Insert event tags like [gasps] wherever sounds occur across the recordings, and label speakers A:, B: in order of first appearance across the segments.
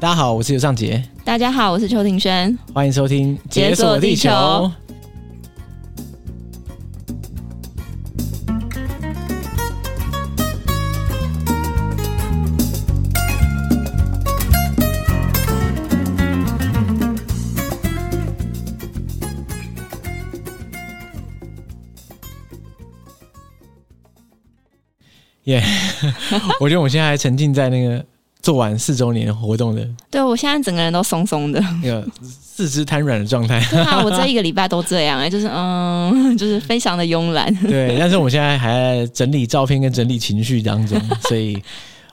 A: 大家好，我是尤尚杰，
B: 大家好，我是邱庭轩。
A: 欢迎收听《
B: 解锁地球》。
A: 耶、 [laughs] 我觉得我现在还沉浸在那个做完四周年活动的
B: 对我现在整个人都松松 [laughs] 的，
A: 那个 [laughs] 四肢瘫软的状态。
B: 对啊，我这一个礼拜都这样、哎，就是嗯，就是非常的慵懒。
A: 对，但是我们现在还在整理照片跟整理情绪当 [laughs] 中，所以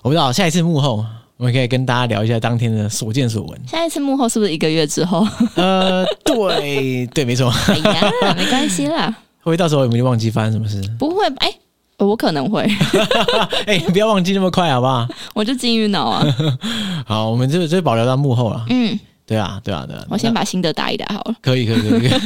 A: 我不知道下一次幕后我们可以跟大家聊一下当天的所见所闻。
B: [laughs] 下一次幕后是不是一个月之后？
A: 呃，对 [laughs] 对，没错，
B: [laughs] 哎呀，没关系啦，
A: 会不会到时候有没有忘记发生什么 [laughs] 事？
B: [laughs] 不会吧，哎、我可能会， [laughs]
A: 哎、你不要忘记那么快，好不好？
B: 我就金鱼脑 [laughs] 啊。
A: 好，我们就就保留到幕后了。
B: 嗯，
A: 对啊，对啊，对啊。
B: 我先
A: 那
B: 把心得打一打好了。
A: 可以，可以，可以， [laughs] 可以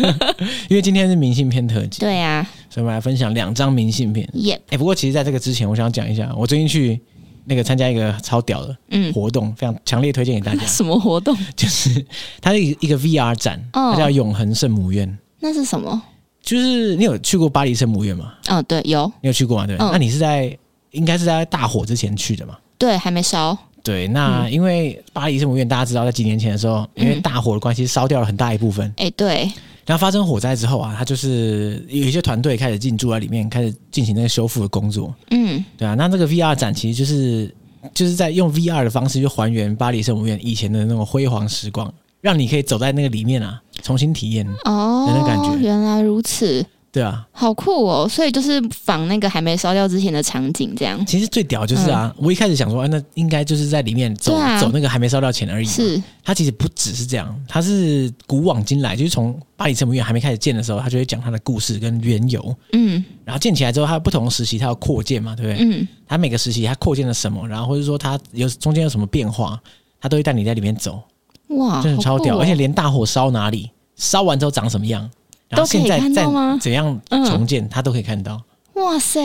A: 因为今天是明信片特辑，
B: 对啊，
A: 所以我们来分享两张明信片。
B: 耶、
A: 哎、不过其实在这个之前，我想讲一下，我最近去那个参加一个超屌的
B: 嗯，，
A: 活动，非常强烈推荐给大家
B: 什么活动？
A: 就是它是一个 VR 展，它叫
B: 哦，
A: 永恒圣母院。
B: 那是什么？
A: 就是你有去过巴黎圣母院吗？
B: 哦，对，有，
A: 你有去过吗？对，
B: 嗯
A: 那你是在应该是在大火之前去的嘛？
B: 对，还没烧。
A: 对，那因为巴黎圣母院，大家知道，在几年前的时候，因为
B: 嗯
A: 大火的关系，烧掉了很大一部分。
B: 哎、对，
A: 然后发生火灾之后啊，它就是有一些团队开始进驻在里面，开始进行那个修复的工作。
B: 嗯，
A: 对啊，那这个 VR 展其实就是就是在用 VR 的方式去还原巴黎圣母院以前的那种辉煌时光，让你可以走在那个里面啊，重新体验。
B: 哦
A: 有那感觉，
B: 原来如此。
A: 对啊，
B: 好酷哦！所以就是仿那个还没烧掉之前的场景，这样
A: 其实最屌就是啊，我一开始想说，啊，那应该就是在里面走、
B: 嗯对啊
A: 走那个还没烧掉前而已。，
B: 是
A: 它其实不只是这样，它是古往今来，就是从巴黎圣母院还没开始建的时候，它就会讲它的故事跟缘由。
B: 嗯
A: 然后建起来之后，它不同时期它要扩建嘛，对不对？
B: 嗯
A: 它每个时期它扩建了什么，然后或者说它有中间有什么变化，它都会带你在里面走，
B: 哇，
A: 真的超屌，
B: 好酷哦
A: 而且连大火烧哪里，烧完之后长什么样，然后
B: 都可以
A: 现在
B: 看
A: 在
B: 到吗
A: 怎样
B: 嗯
A: 重建，它都可以看到，
B: 哇塞，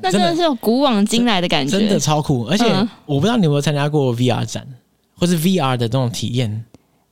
B: 那
A: 真
B: 真
A: 的
B: 的是有古往今来的感觉，
A: 真的超酷。而且
B: 嗯
A: 我不知道你有没有参加过 VR 展，或是 VR 的那种体验。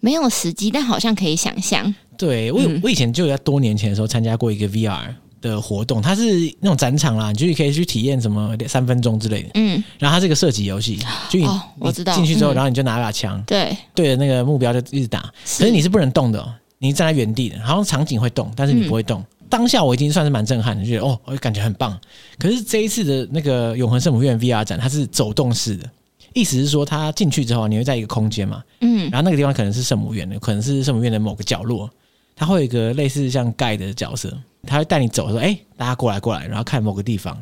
B: 没有时机，但好像可以想象。
A: 对我有，
B: 嗯
A: 我以前就有在多年前的时候参加过一个 VR 的活动，它是那种展场啦，你就是可以去体验什么三分钟之类的。
B: 嗯，
A: 然后它是一个射击游戏，就你、
B: 哦
A: 你
B: 我知道
A: 进去之后，
B: 嗯
A: 然后你就拿一把枪，
B: 对，
A: 对着那个目标就一直打，可是你是不能动的、哦，你站在原地的，好像场景会动，但是你不会动。当下我已经算是蛮震撼的，就觉得哦，我感觉很棒。可是这一次的那个永恒圣母院 VR 展，它是走动式的，意思是说它进去之后，你会在一个空间嘛，
B: 嗯
A: 然后那个地方可能是圣母院的，可能是圣母院的某个角落，它会有一个类似像盖的角色，它会带你走，说哎、大家过来过来，然后看某个地方，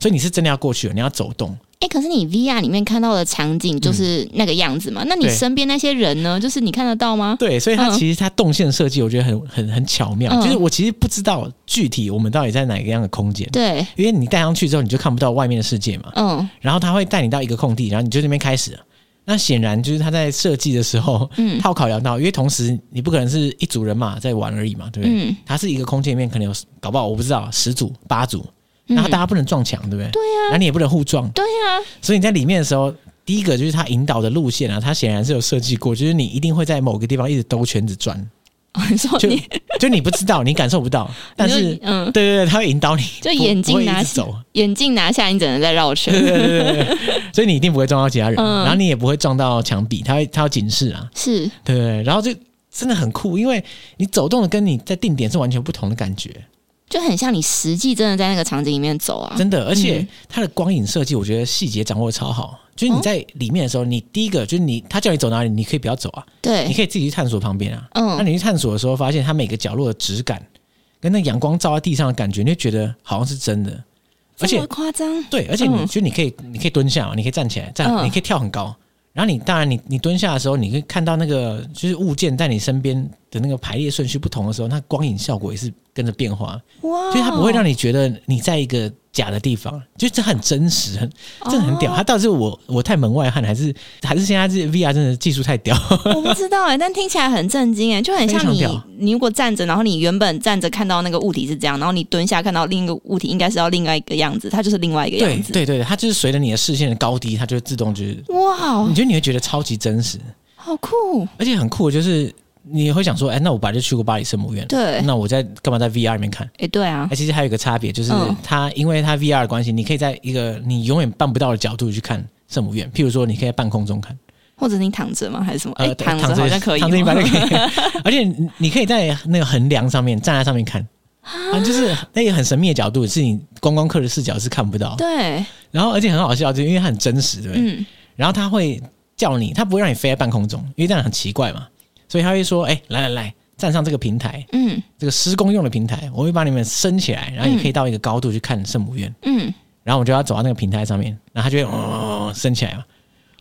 A: 所以你是真的要过去了，你要走动。
B: 哎、可是你 VR 里面看到的场景就是那个样子嘛？那你
A: 对
B: 身边那些人呢？就是你看得到吗？
A: 对，所以它
B: 嗯
A: 其实它动线设计，我觉得很很很巧妙。
B: 嗯
A: 就是我其实不知道具体我们到底在哪个样的空间，
B: 对，
A: 因为你戴上去之后，你就看不到外面的世界嘛。
B: 嗯
A: 然后它会带你到一个空地，然后你就这边开始了。那显然就是他在设计的时候，
B: 嗯
A: 他有考量到，因为同时你不可能是一组人马在玩而已嘛，对不对？
B: 嗯
A: 它是一个空间里面可能有，搞不好我不知道十组八组，
B: 嗯，啊
A: 然后大家不能撞墙，对不对？对呀、然后你也不能互撞，
B: 对啊， [laughs]
A: 所以你在里面的时候，第一个就是他引导的路线啊，他显然是有设计过，就是你一定会在某个地方一直兜圈子转，
B: 你说
A: 就
B: 你，
A: 就你不知道，你感受不到，但
B: [laughs] 你说
A: 是
B: 嗯
A: 对，对对，他会引导你，
B: [laughs] 就
A: 不
B: 眼
A: 不
B: 镜
A: 会一
B: 拿
A: 直
B: 起
A: 走，
B: 眼镜拿下，你只能在绕圈。
A: 对对对
B: [laughs]
A: 对对，所以你一定不会撞到其他人，
B: 嗯
A: 然后你也不会撞到墙壁，他会他要警示啊，
B: 是，
A: 对对对，然后就真的很酷，因为你走动的跟你在定点是完全不同的感觉，
B: 就很像你实际真的在那个场景里面走啊。
A: 真的，而且
B: 嗯哦
A: 它的光影设计，我觉得细节掌握的超好。就是你在里面的时候，你第一个就是你，他叫你走哪里，你可以不要走啊，你
B: 对，
A: 可以自己去探索旁边啊。那
B: 嗯，
A: 你去探索的时候，发现它每个角落的质感，跟那阳光照在地上的感觉，你就觉得好像是真的。而
B: 这
A: 且
B: 么夸张，
A: 对，而且你、
B: 嗯
A: 就你可以，你可以蹲下嘛，你可以站起来，站，
B: 嗯
A: 你可以跳很高。然后你当然你你蹲下的时候，你可以看到那个就是物件在你身边的那个排列顺序不同的时候，那光影效果也是跟着变化。
B: 哇！哦
A: 就是它不会让你觉得你在一个假的地方，就是这很真实，很
B: 哦
A: 这很屌。它到底是我我太门外汉，还是还是现在这 VR 真的技术太屌？
B: 我不知道哎、但听起来很震惊哎、就很像
A: 非常
B: 你
A: 屌，
B: 你如果站着，然后你原本站着看到那个物体是这样，然后你蹲下看到另一个物体应该是要另外一个样子，它就是另外一个
A: 对
B: 样子。
A: 对对，它就是随着你的视线的高低，它就会自动就是，
B: 哇哦
A: 你，觉得你会觉得超级真实。
B: 好酷，
A: 而且很酷，就是你会想说，哎、那我本来就去过巴黎圣母院，
B: 对，
A: 那我在干嘛在 VR 里面看？
B: 哎，对啊
A: 哎、，其实还有一个差别，就是
B: 嗯
A: 它因为它 VR 的关系，你可以在一个你永远办不到的角度去看圣母院，譬如说，你可以在半空中看，
B: 或者你躺着吗？还是什么？哎，
A: 呃，
B: 躺着好像可以哦，
A: 躺着一般就可以， [laughs] 而且你你可以在那个横梁上面站在上面看。啊，就是那个很神秘的角度，是你观光客的视角是看不到。
B: 对，
A: 然后，而且很好笑，就是因为它很真实，对不对？
B: 嗯，
A: 然后他会叫你，他不会让你飞在半空中，因为这样很奇怪嘛。所以他会说：“哎、来来来，站上这个平台，
B: 嗯
A: 这个施工用的平台，我会把你们升起来，然后你
B: 嗯
A: 可以到一个高度去看圣母院。
B: 嗯，
A: 然后我们就要走到那个平台上面，然后他就会、哦、升起来嘛。哇，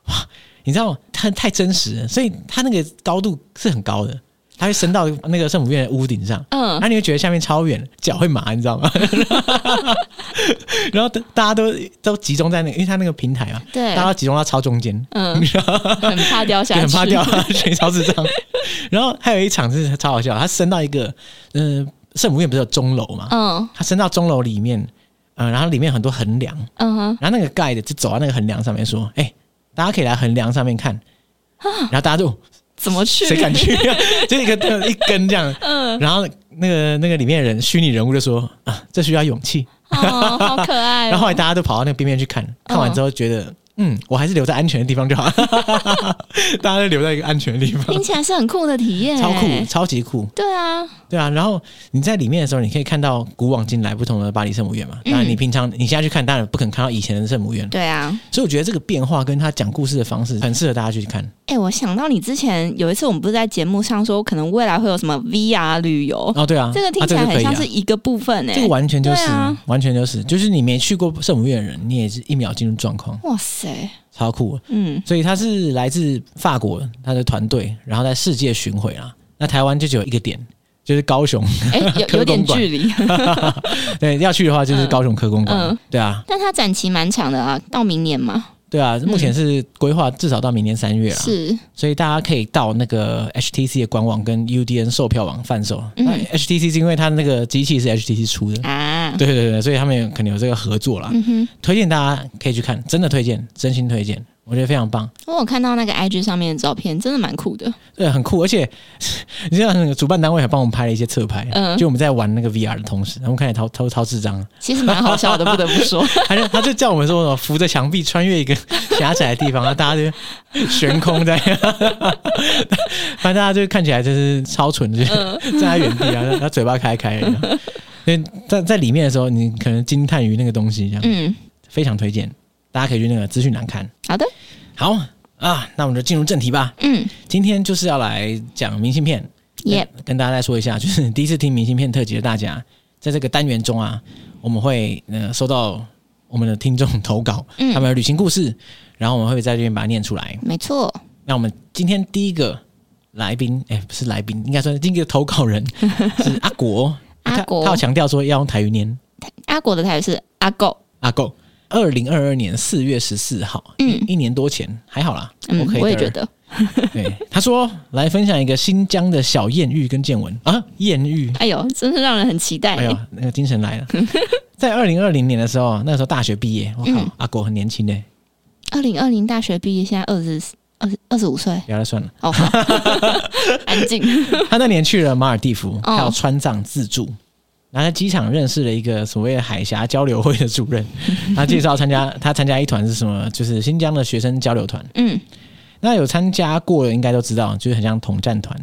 A: 你知道他太真实了，所以他那个高度是很高的，他会升到那个圣母院的屋顶上。
B: 嗯
A: 然后你会觉得下面超远，脚会麻，你知道吗？ [laughs] 然后大家都都集中在那个，因为他那个平台嘛，
B: 对
A: 大，家都集中到超中间， [laughs]
B: 嗯，很怕掉下
A: 也很
B: 去，
A: 怕掉下去，超智障。然后还有一场是超好笑，他升到一个，嗯、圣母院不是有钟楼嘛？
B: 嗯
A: 他升到钟楼里面，嗯、然后里面很多横梁，
B: 嗯哼，
A: 然后那个盖的就走到那个横梁上面说：“哎、大家可以来横梁上面看。”
B: 啊
A: 然后大家就
B: 怎么去？
A: 谁敢去、 [laughs] 啊？就一个一根这样，
B: 嗯，
A: 然后那个那个里面的人虚拟人物就说：“啊，这需要勇气。”
B: 哦，好可爱
A: [laughs]
B: 哦。
A: 然后后来大家都跑到那个边边去看，看完之后觉得，嗯，我还是留在安全的地方就好， [laughs] 大家都留在一个安全的地方，
B: 听起来是很酷的体验，欸
A: 超酷，。超级酷，
B: 对啊，
A: 对啊。然后你在里面的时候，你可以看到古往今来不同的巴黎圣母院嘛。当然，你平常你现在去看，当然不可能看到以前的圣母院，
B: 嗯对啊。
A: 所以我觉得这个变化跟他讲故事的方式很适合大家去看。
B: 哎、我想到你之前有一次，我们不是在节目上说，可能未来会有什么 VR 旅游，
A: 哦，对啊，
B: 这个听
A: 啊
B: 起来
A: 就可
B: 很
A: 以啊
B: 像是一个部分哎、
A: 这个完全就是
B: 对啊，
A: 完全就是，就是你没去过圣母院的人，你也是一秒进入状况，
B: 哇塞，
A: 超酷的。
B: 嗯，
A: 所以他是来自法国他的团队，然后在世界巡回啦。那台湾就只有一个点，就是高雄。 [laughs]
B: 哎、有
A: 科
B: 有点
A: 公馆
B: 距离， [laughs]
A: 对，要去的话就是高雄科工馆。
B: 嗯嗯
A: 对啊，
B: 但它展期蛮长的啊，到明年嘛，
A: 对啊，目前是规划至少到明年三月啊。
B: 嗯是，
A: 所以大家可以到那个 HTC 的官网跟 UDN 售票网贩售。
B: 嗯
A: 那 HTC 是因为它那个机器是 HTC 出的。
B: 啊，
A: 对对对，所以他们有肯定有这个合作啦，
B: 嗯哼，
A: 推荐大家可以去看，真的推荐，真心推荐，我觉得非常棒，
B: 我有看到那个 IG 上面的照片，真的蛮酷的，
A: 对，很酷，而且 [laughs] 你知道那个主办单位还帮我们拍了一些侧拍，
B: 嗯
A: 就我们在玩那个 VR 的同时，他们看起来超超超智障，
B: 其实蛮好笑的，不得不
A: [laughs]
B: 说，
A: 他就他就叫我们说什么扶着墙壁穿越一个 [laughs] 狭窄的地方，然后大家就悬空在， [laughs] 反正大家就看起来就是超蠢，就是站在原地啊，然后嘴巴开开的这样。所以在在里面的时候，你可能惊叹于那个东西，这样
B: 嗯，
A: 非常推荐，大家可以去那个资讯栏看。
B: 好的，
A: 好啊，那我们就进入正题吧。
B: 嗯，
A: 今天就是要来讲明信片，
B: 耶、
A: 跟跟大家再说一下， [laughs] 就是第一次听明信片特辑的大家，在这个单元中啊，我们会呃收到我们的听众投稿，
B: 嗯
A: 他们的旅行故事，然后我们会在这边把它念出来。
B: 没错，
A: 那我们今天第一个来宾，哎、不是来宾，应该算是第一个投稿
B: [laughs]
A: 人是阿国，
B: 阿国
A: 他他有强调说要用台语念
B: 阿果的台语是阿狗，
A: 阿狗。二零二二年四月十四号，
B: 嗯
A: 一年多前，还好啦。
B: 嗯
A: OK，
B: 我也觉得，
A: 对，他说来分享一个新疆的小艳遇跟见闻啊，艳遇，
B: 哎呦，真是让人很期待、欸
A: 哎呦，那个精神来
B: [laughs]
A: 了。在二零二零年的时候，那个时候大学毕业，我靠，
B: 嗯
A: 阿国很年轻呢，
B: 二零二零大学毕业，现在二十二十二十五岁
A: 不要再算了。
B: 哦， [laughs] 好安静。
A: 他那年去了马尔蒂夫，
B: 哦
A: 还有川藏自助，然后在机场认识了一个所谓的海峡交流会的主
B: [laughs]
A: 任，他介绍参加他参加一团是什么，就是新疆的学生交流团。
B: 嗯，
A: 那有参加过的应该都知道，就是很像统战
B: [laughs]
A: 团。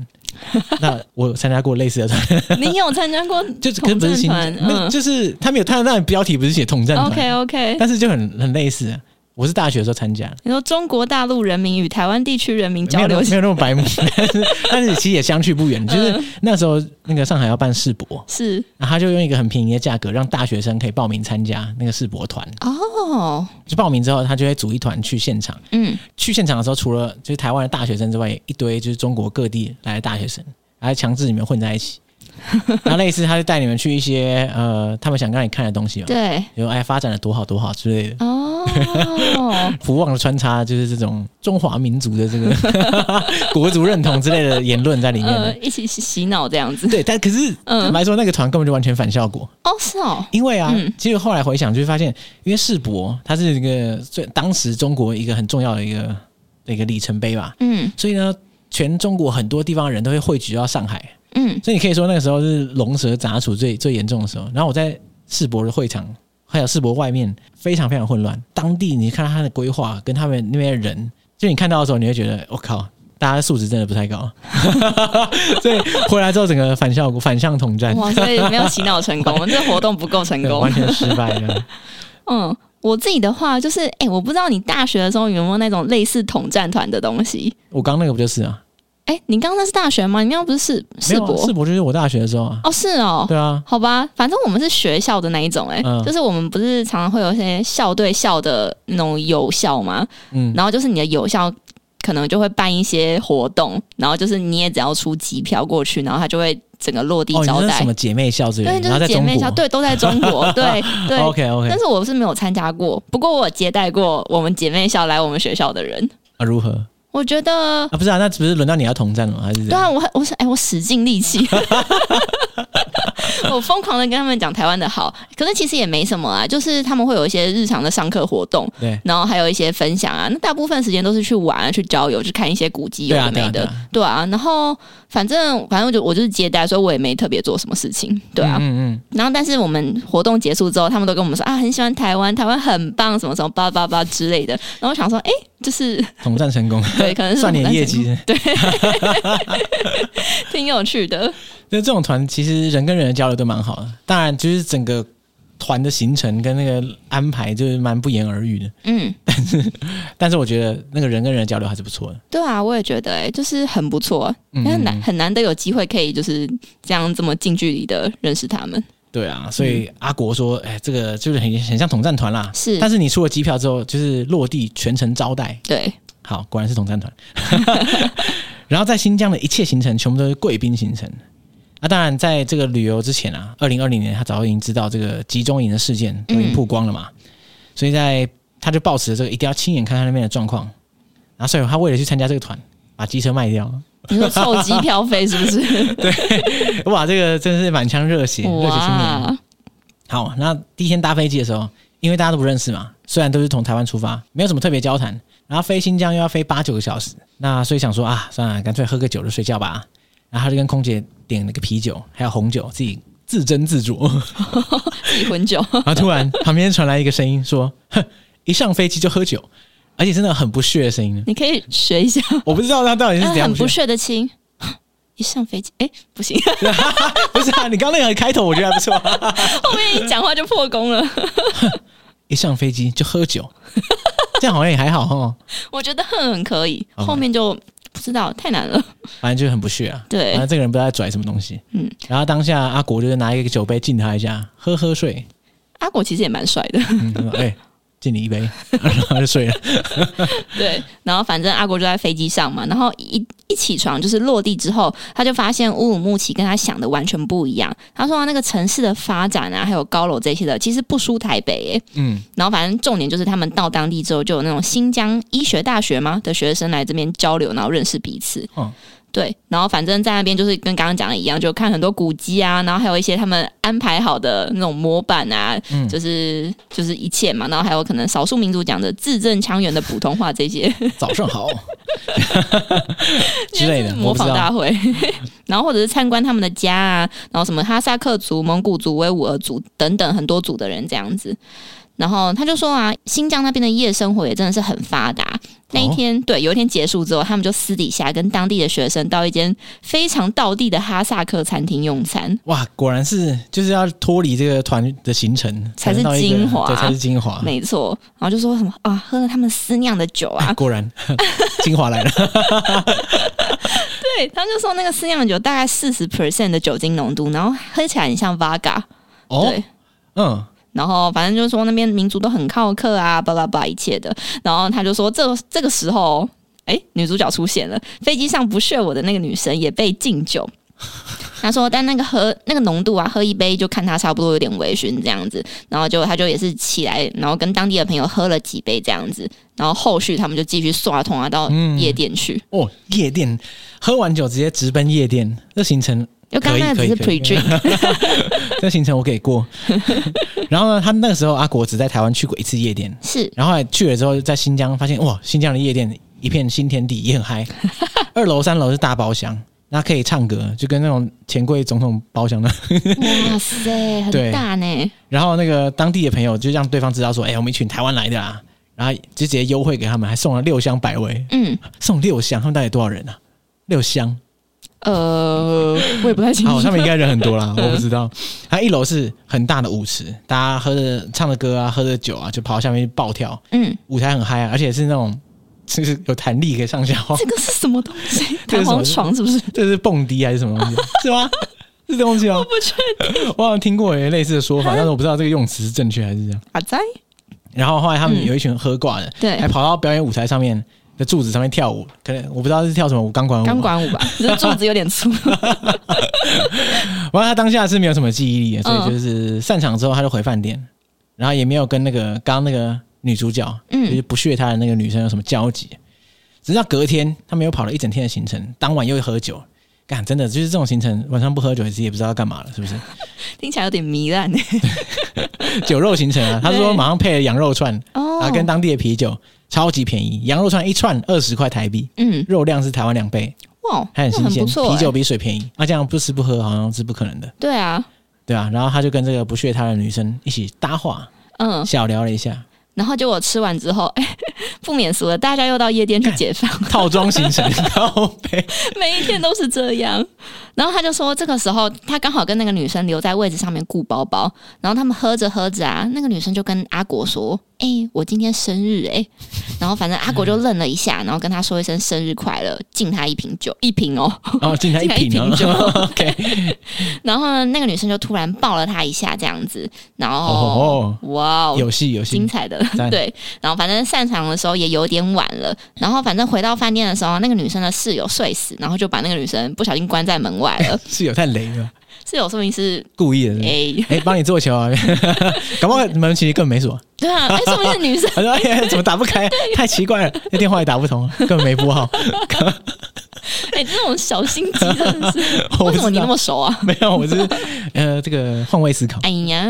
A: 那我有参加过类似的团，
B: 你有参加过
A: 就是可是不是新疆，
B: 团？
A: 那
B: 嗯
A: 就是他们有他那标题不是写统战团，
B: ，OK OK。
A: 但是就很很类似。我是大学的时候参加，
B: 你说中国大陆人民与台湾地区人民
A: 没
B: 交
A: 有那
B: 流
A: 么没有那么白
B: [laughs]
A: 目，但是但是其实也相去不远。
B: 嗯
A: 就是那时候那个上海要办世博，
B: 是
A: 然后他就用一个很便宜的价格让大学生可以报名参加那个世博团。
B: 哦，
A: 就报名之后，他就会组一团去现场。
B: 嗯
A: 去现场的时候，除了就是台湾的大学生之外，一堆就是中国各地来的大学生，还强制你们混在一起。
B: [laughs]
A: 然后类似，他就带你们去一些呃他们想让你看的东西嘛，
B: 对
A: 比如哎发展的多好多好之类的。 [laughs]
B: 哦，
A: 不忘的穿插就是这种中华民族的这个 [laughs] 国族认同之类的言论在里面的
B: 呃，。一起洗洗脑这样子。
A: [laughs] 对，但可是
B: 嗯
A: 坦白说，那个团根本就完全反效果，
B: 哦，是哦，
A: 因为啊
B: 嗯，
A: 其实后来回想就会发现，因为世博它是一个最当时中国一个很重要的一个一个里程碑吧，
B: 嗯
A: 所以呢，全中国很多地方的人都会汇聚到上海， [laughs]
B: 嗯，
A: 所以你可以说那个时候是龙蛇杂处最最严重的时候。然后我在世博的会场，还有世博外面，非常非常混乱。当地你看到他的规划跟他们那边的人，就你看到的时候，你会觉得我、靠，大家素质真的不太
B: [laughs]
A: 高。 [laughs] 所以回来之后，整个反效果反向统战，
B: 哇，所以没有洗脑成
A: [laughs]
B: 功，我们这活动不够成
A: 对
B: 功
A: 完。全失败了。
B: 嗯，我自己的话就是，哎、我不知道你大学的时候有没有那种类似统战团的东西。
A: 我刚那个不就是啊？
B: 哎、你刚刚那是大学吗？你刚刚不是世
A: 没
B: 世
A: 有啊
B: 博
A: 世？博就是我大学的时候啊。
B: 哦，是哦。
A: 对啊，
B: 好吧，反正我们是学校的那一种、哎、
A: 嗯
B: 就是我们不是常常会有一些校对校的那种友校吗？
A: 嗯，
B: 然后就是你的友校可能就会办一些活动，然后就是你也只要出机票过去，然后他就会整个落地
A: 哦，你
B: 招
A: 说
B: 待。
A: 什么姐妹校之类的，
B: 对，就
A: 然后
B: 是
A: 在
B: 姐
A: 中
B: 妹校，
A: 国。哦
B: 对，都在中国，对
A: [laughs]
B: 对。
A: OK OK，
B: 但是我是没有参加过，不过我有接待过我们姐妹校来我们学校的人，
A: 啊如何啊？
B: 我觉得。
A: 不是啊，那不是轮到你要统战了吗？还是怎
B: 对
A: 样
B: 啊，我很我是哎、我使尽
A: [laughs]
B: 力气， [laughs] 我疯狂的跟他们讲台湾的好，可是其实也没什么啊，就是他们会有一些日常的上课活动，
A: 对。
B: 然后还有一些分享啊，那大部分时间都是去玩、啊、去郊游、去看一些古迹有
A: 对啊
B: 的没
A: 对啊
B: 的，对啊。然后反正反正我就我就是接待，所以我也没特别做什么事情，对啊。
A: 嗯嗯
B: 然后但是我们活动结束之后，他们都跟我们说啊，很喜欢台湾，台湾很棒，什么什么叭叭叭之类的。然后我想说，哎，就是
A: 嗯，统战成功，
B: 对，可能是
A: [laughs] 算
B: 我
A: 点
B: 们
A: 业
B: [laughs]
A: 绩。
B: 挺有趣的，
A: 那这种团其实人跟人的交流都蛮好的，当然就是整个团的行程跟那个安排就是蛮不言而喻的。
B: 嗯。
A: 但是我觉得那个人跟人的交流还是不错的。
B: 对啊，我也觉得、欸，就是很不错，
A: 嗯
B: 很难很难得有机会可以就是这样这么近距离的认识他们。
A: 对啊，所以阿国说，哎、这个就是很很像统战团啦。
B: 是
A: 但是你出了机票之后，就是落地全程招待，
B: 对，
A: 好，果然是统战团。 [laughs] 然后在新疆的一切行程全部都是贵宾行程。啊，当然，在这个旅游之前啊，二零二零年他早就已经知道这个集中营的事件都已经曝光了嘛，所以在他就抱持着这个一定要亲眼看看那边的状况。然后，所以他为了去参加这个团，把机车卖掉，
B: 你说凑机票费是不
A: [laughs]
B: 是？
A: 哇，这个真是满腔热血，热血青年。
B: 哇，
A: 好，那第一天搭飞机的时候，因为大家都不认识嘛，虽然都是从台湾出发，没有什么特别交谈，然后飞新疆又要飞八九个小时，那所以想说啊，算了，干脆喝个酒就睡觉吧。然后他就跟空姐点了个啤酒，还有红酒，自己自斟自酌。
B: 自己混酒，
A: 然后突
B: [laughs]
A: 然旁边传来一个声音说：“哼，一上飞机就喝酒，而且真的很不屑的声音。
B: 你可以学
A: [laughs]
B: 一下，
A: 我不知道他到底哎是
B: 嗯
A: 怎样
B: 很不
A: 屑，
B: 屑的亲。 [gasps] 一上飞机，哎、不行， [laughs]
A: 不是啊？你刚刚那个开头我觉得还不错、啊，
B: 后面一讲话就破功了。
A: 一上飞机就喝酒，这样好像也还好哦。
B: 我觉得哼很可以，
A: OK
B: 后面就不知道太难了。
A: 反正就是很不屑啊。
B: 对
A: 反正这个人不知道在拽什么东西。嗯
B: 嗯，
A: 然后当下阿国就是拿一个酒杯敬他一下，喝喝睡，
B: 阿果其实也蛮帅的，
A: 嗯，他说哎、敬你一杯， [laughs] 然后他就睡了。
B: 对，然后反正阿国就在飞机上嘛，然后一一起床就是落地之后，他就发现乌鲁木齐跟他想的完全不一样。他说、那个城市的发展啊，还有高楼这些的，其实不输台北耶。
A: 嗯，
B: 然后反正重点就是他们到当地之后，就有那种新疆医学大学嘛的学生来这边交流，然后认识彼此。
A: 嗯
B: 对，然后反正在那边就是跟刚刚讲的一样，就看很多古迹啊，然后还有一些他们安排好的那种模板啊，
A: 嗯
B: 就是就是一切嘛，然后还有可能少数民族讲的字正腔圆的普通话这些，
A: 早上
B: [laughs]
A: 好之类
B: 就是
A: 的，我
B: 模
A: 不知
B: 仿大
A: 道。
B: 会， [laughs] 然后或者是参观他们的家啊，然后什么哈萨克族、蒙古族、维吾尔族等等很多族的人这样子。然后他就说啊，新疆那边的夜生活也真的是很发达。那一天，对，有一天结束之后，他们就私底下跟当地的学生到一间非常道地的哈萨克餐厅用餐。
A: 哇，果然是就是要脱离这个团的行程
B: 才是
A: 能到一个
B: 精华
A: 对，才是精华。
B: 没错，然后就说什么啊，喝了他们私酿的酒啊，
A: 哎果然 [laughs] 精华来了，
B: [laughs] 对，他们就说那个私酿的酒大概四十 percent 的酒精浓度，然后喝起来很像 Vaga，
A: 哦
B: 对，，
A: 嗯，
B: 然后反正就是说那边民族都很靠客啊，巴拉巴拉一切的。然后他就说这这个时候，哎，女主角出现了，飞机上不屑我的那个女生也被敬酒。 [laughs] 他说，但那个喝那个浓度啊，喝一杯就看他差不多有点微醺这样子。然后就他就也是起来，然后跟当地的朋友喝了几杯这样子。然后后续他们就继续刷通啊到夜店去。
A: 哦，夜店喝完酒直接直奔夜店，这行程
B: 就刚刚那
A: 可
B: 个
A: 以
B: 只是
A: 可以
B: pre drink，
A: [laughs] 这行程我给过。 [laughs] 然后呢，他那个时候阿国只在台湾去过一次夜店，
B: 是
A: 然后后来去了之后，在新疆发现哇，新疆的夜店一片新天地，也很嗨。二楼三楼是大包厢，那可以唱歌，就跟那种钱柜总统包厢的。
B: 哇塞，很
A: 对
B: 大呢。
A: [laughs] 然后那个当地的朋友就让对方知道说，哎、我们一群台湾来的啦，然后就直接优惠给他们，还送了六箱百味，
B: 嗯，
A: 送六箱，他们到底多少人啊？六箱，
B: 呃，我也不太清
A: 好，
B: 楚。
A: 他们应该人很多啦，我不知道。他一楼是很大的舞池，大家喝着唱着歌啊，喝着酒啊，就跑到下面去暴跳，
B: 嗯，
A: 舞台很嗨啊，而且是那种 [laughs] 就是有弹力可以上下晃
B: 这，个是什么东西？
A: 哦 [laughs] 这
B: 弹
A: 是什么
B: 簧床是不是？
A: [laughs] 这是蹦迪还是什么东西？ [laughs] 是吗？是这东西哦，
B: 不确定。
A: 我好像听过有类似的说
B: [laughs]
A: 法，但是我不知道这个用词是正确还是这样。
B: 阿仔，
A: 然后后来他们
B: 嗯
A: 有一群喝挂的，
B: 对
A: 还跑到表演舞台上面的柱子上面跳舞，可能我不知道是跳什么舞，钢管舞。
B: 钢。
A: [laughs]
B: 管舞吧，这柱子有点粗。
A: 然后他当下是没有什么记忆力的，所
B: 嗯
A: 以就是散场之后他就回饭店，然后也没有跟那个刚刚那个女主角，就
B: 嗯
A: 是不屑他的那个女生有什么交集。直到隔天，他们又跑了一整天的行程，当晚又喝酒。干，真的就是这种行程，晚上不喝酒，其实也不知道要干嘛了，是不
B: [laughs]
A: 是？
B: 听起来有点糜
A: [laughs]
B: 烂呢。
A: 酒肉行程啊，他说
B: 对
A: 马上配了羊肉串，
B: 哦
A: 然后跟当地的啤酒，超级便宜。羊肉串一串二十块台币，
B: 嗯，
A: 肉量是台湾两倍，
B: 哇，
A: 还很
B: 那
A: 新
B: 很
A: 鲜，
B: 不错
A: 啤
B: 欸。
A: 酒比水便宜。啊那、这样不吃不喝好像是不可能的，
B: 对啊，
A: 对啊。然后他就跟这个不屑他的女生一起搭话，
B: 嗯，
A: 小聊了一下， [laughs]
B: 然后结果吃完之后，哎， [laughs] 不免俗了，大家又到夜店去解放。
A: 套装行程，靠
B: [laughs]
A: 背，
B: 每一天都是这样。然后他就说，这个时候他刚好跟那个女生留在位置上面顾包包，然后他们喝着喝着啊，那个女生就跟阿果说：“哎、我今天生日哎、 [laughs] 然后反正阿果就愣了一下，然后跟他说一声生日快乐，敬他一瓶酒， [laughs] 一瓶哦。
A: 然后进来一
B: 进
A: 瓶
B: 来一
A: 哦
B: 瓶
A: [laughs]
B: 酒
A: OK，
B: 然后呢，那个女生就突然抱了他一下，这样子，然后、
A: 哦
B: 哇哦，
A: 有戏有戏
B: 精，彩的
A: 赞，
B: [laughs] 对。然后反正散场的时候也有点晚了，然后反正回到饭店的时候，那个女生的室友睡死，然后就把那个女生不小心关在门外了。
A: 是有太雷了，
B: 室友说明是
A: 故意的是不是。
B: 哎、
A: 哎，帮你做球
B: [laughs]
A: 啊！搞不好你们其实根本没什么。，
B: 对 [laughs] 啊，哎、说明是女生
A: 他说：“哎，怎么打不开？
B: [laughs]
A: 太奇怪了，那电话也打不通，根本没拨号。
B: 哎、这种小心机真的 [laughs] 是，
A: 我不知道
B: [laughs] 为什么你那么熟啊？
A: 没有，我是呃，这个换位思考。
B: 哎呀，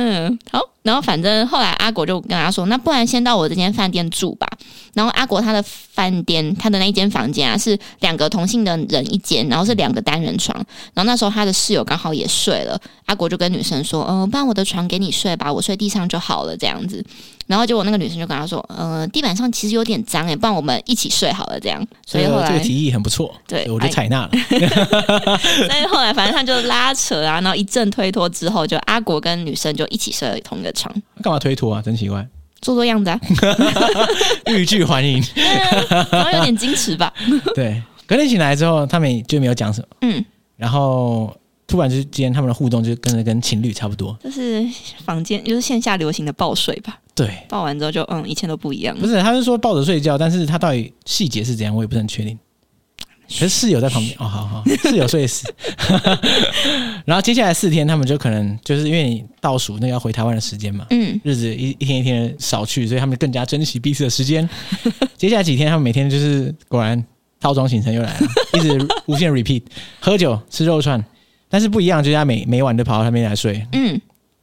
B: 好，然后反正后来阿果就跟他说，那不然先到我这间饭店住吧。然后阿果他的饭店，他的那一间房间啊，是两个同性的人一间，然后是两个单人床。然后那时候他的室友刚好也睡了，阿果就跟女生说，嗯、不然我的床给你睡吧，我睡地上就好了，这样子。然后结果那个女生就跟他说，呃，地板上其实有点脏哎诶、不然我们一起睡好了，这样。所以后
A: 这个呃啊这
B: 来
A: 个提议很不错，
B: 对
A: 所以我就
B: 哎
A: 采纳了。
B: [laughs] 所以后来反正他就拉扯啊，然后一阵推脱之后，就阿国跟女生就一起睡了同一个床，
A: 干嘛推脱啊？真奇怪，
B: 做做样子啊， [laughs]
A: 欲拒还迎。
B: 然后有点矜持吧。
A: 对，隔天醒来之后，他们也就没有讲什么，
B: 嗯，
A: 然后突然之间他们的互动就跟着跟情侣差不多。
B: 就是房间就是线下流行的抱睡吧，
A: 对，
B: 抱完之后就嗯，一切都不一样
A: 不
B: 了。
A: 是，他是说抱着睡觉，但是他到底细节是怎样，我也不是很确定。可是室友在旁边，哦，好好，室友睡死。 [laughs] 然后接下来四天，他们就可能就是因为你倒数那个要回台湾的时间嘛，
B: 嗯，
A: 日子一一天一天的少去，所以他们更加珍惜彼此的时间。接下来几天，他们每天就是果然套装行程又来了，一直无限 repeat，喝酒吃肉串，但是不一样，就是他每每晚都跑到他那边来睡。
B: 嗯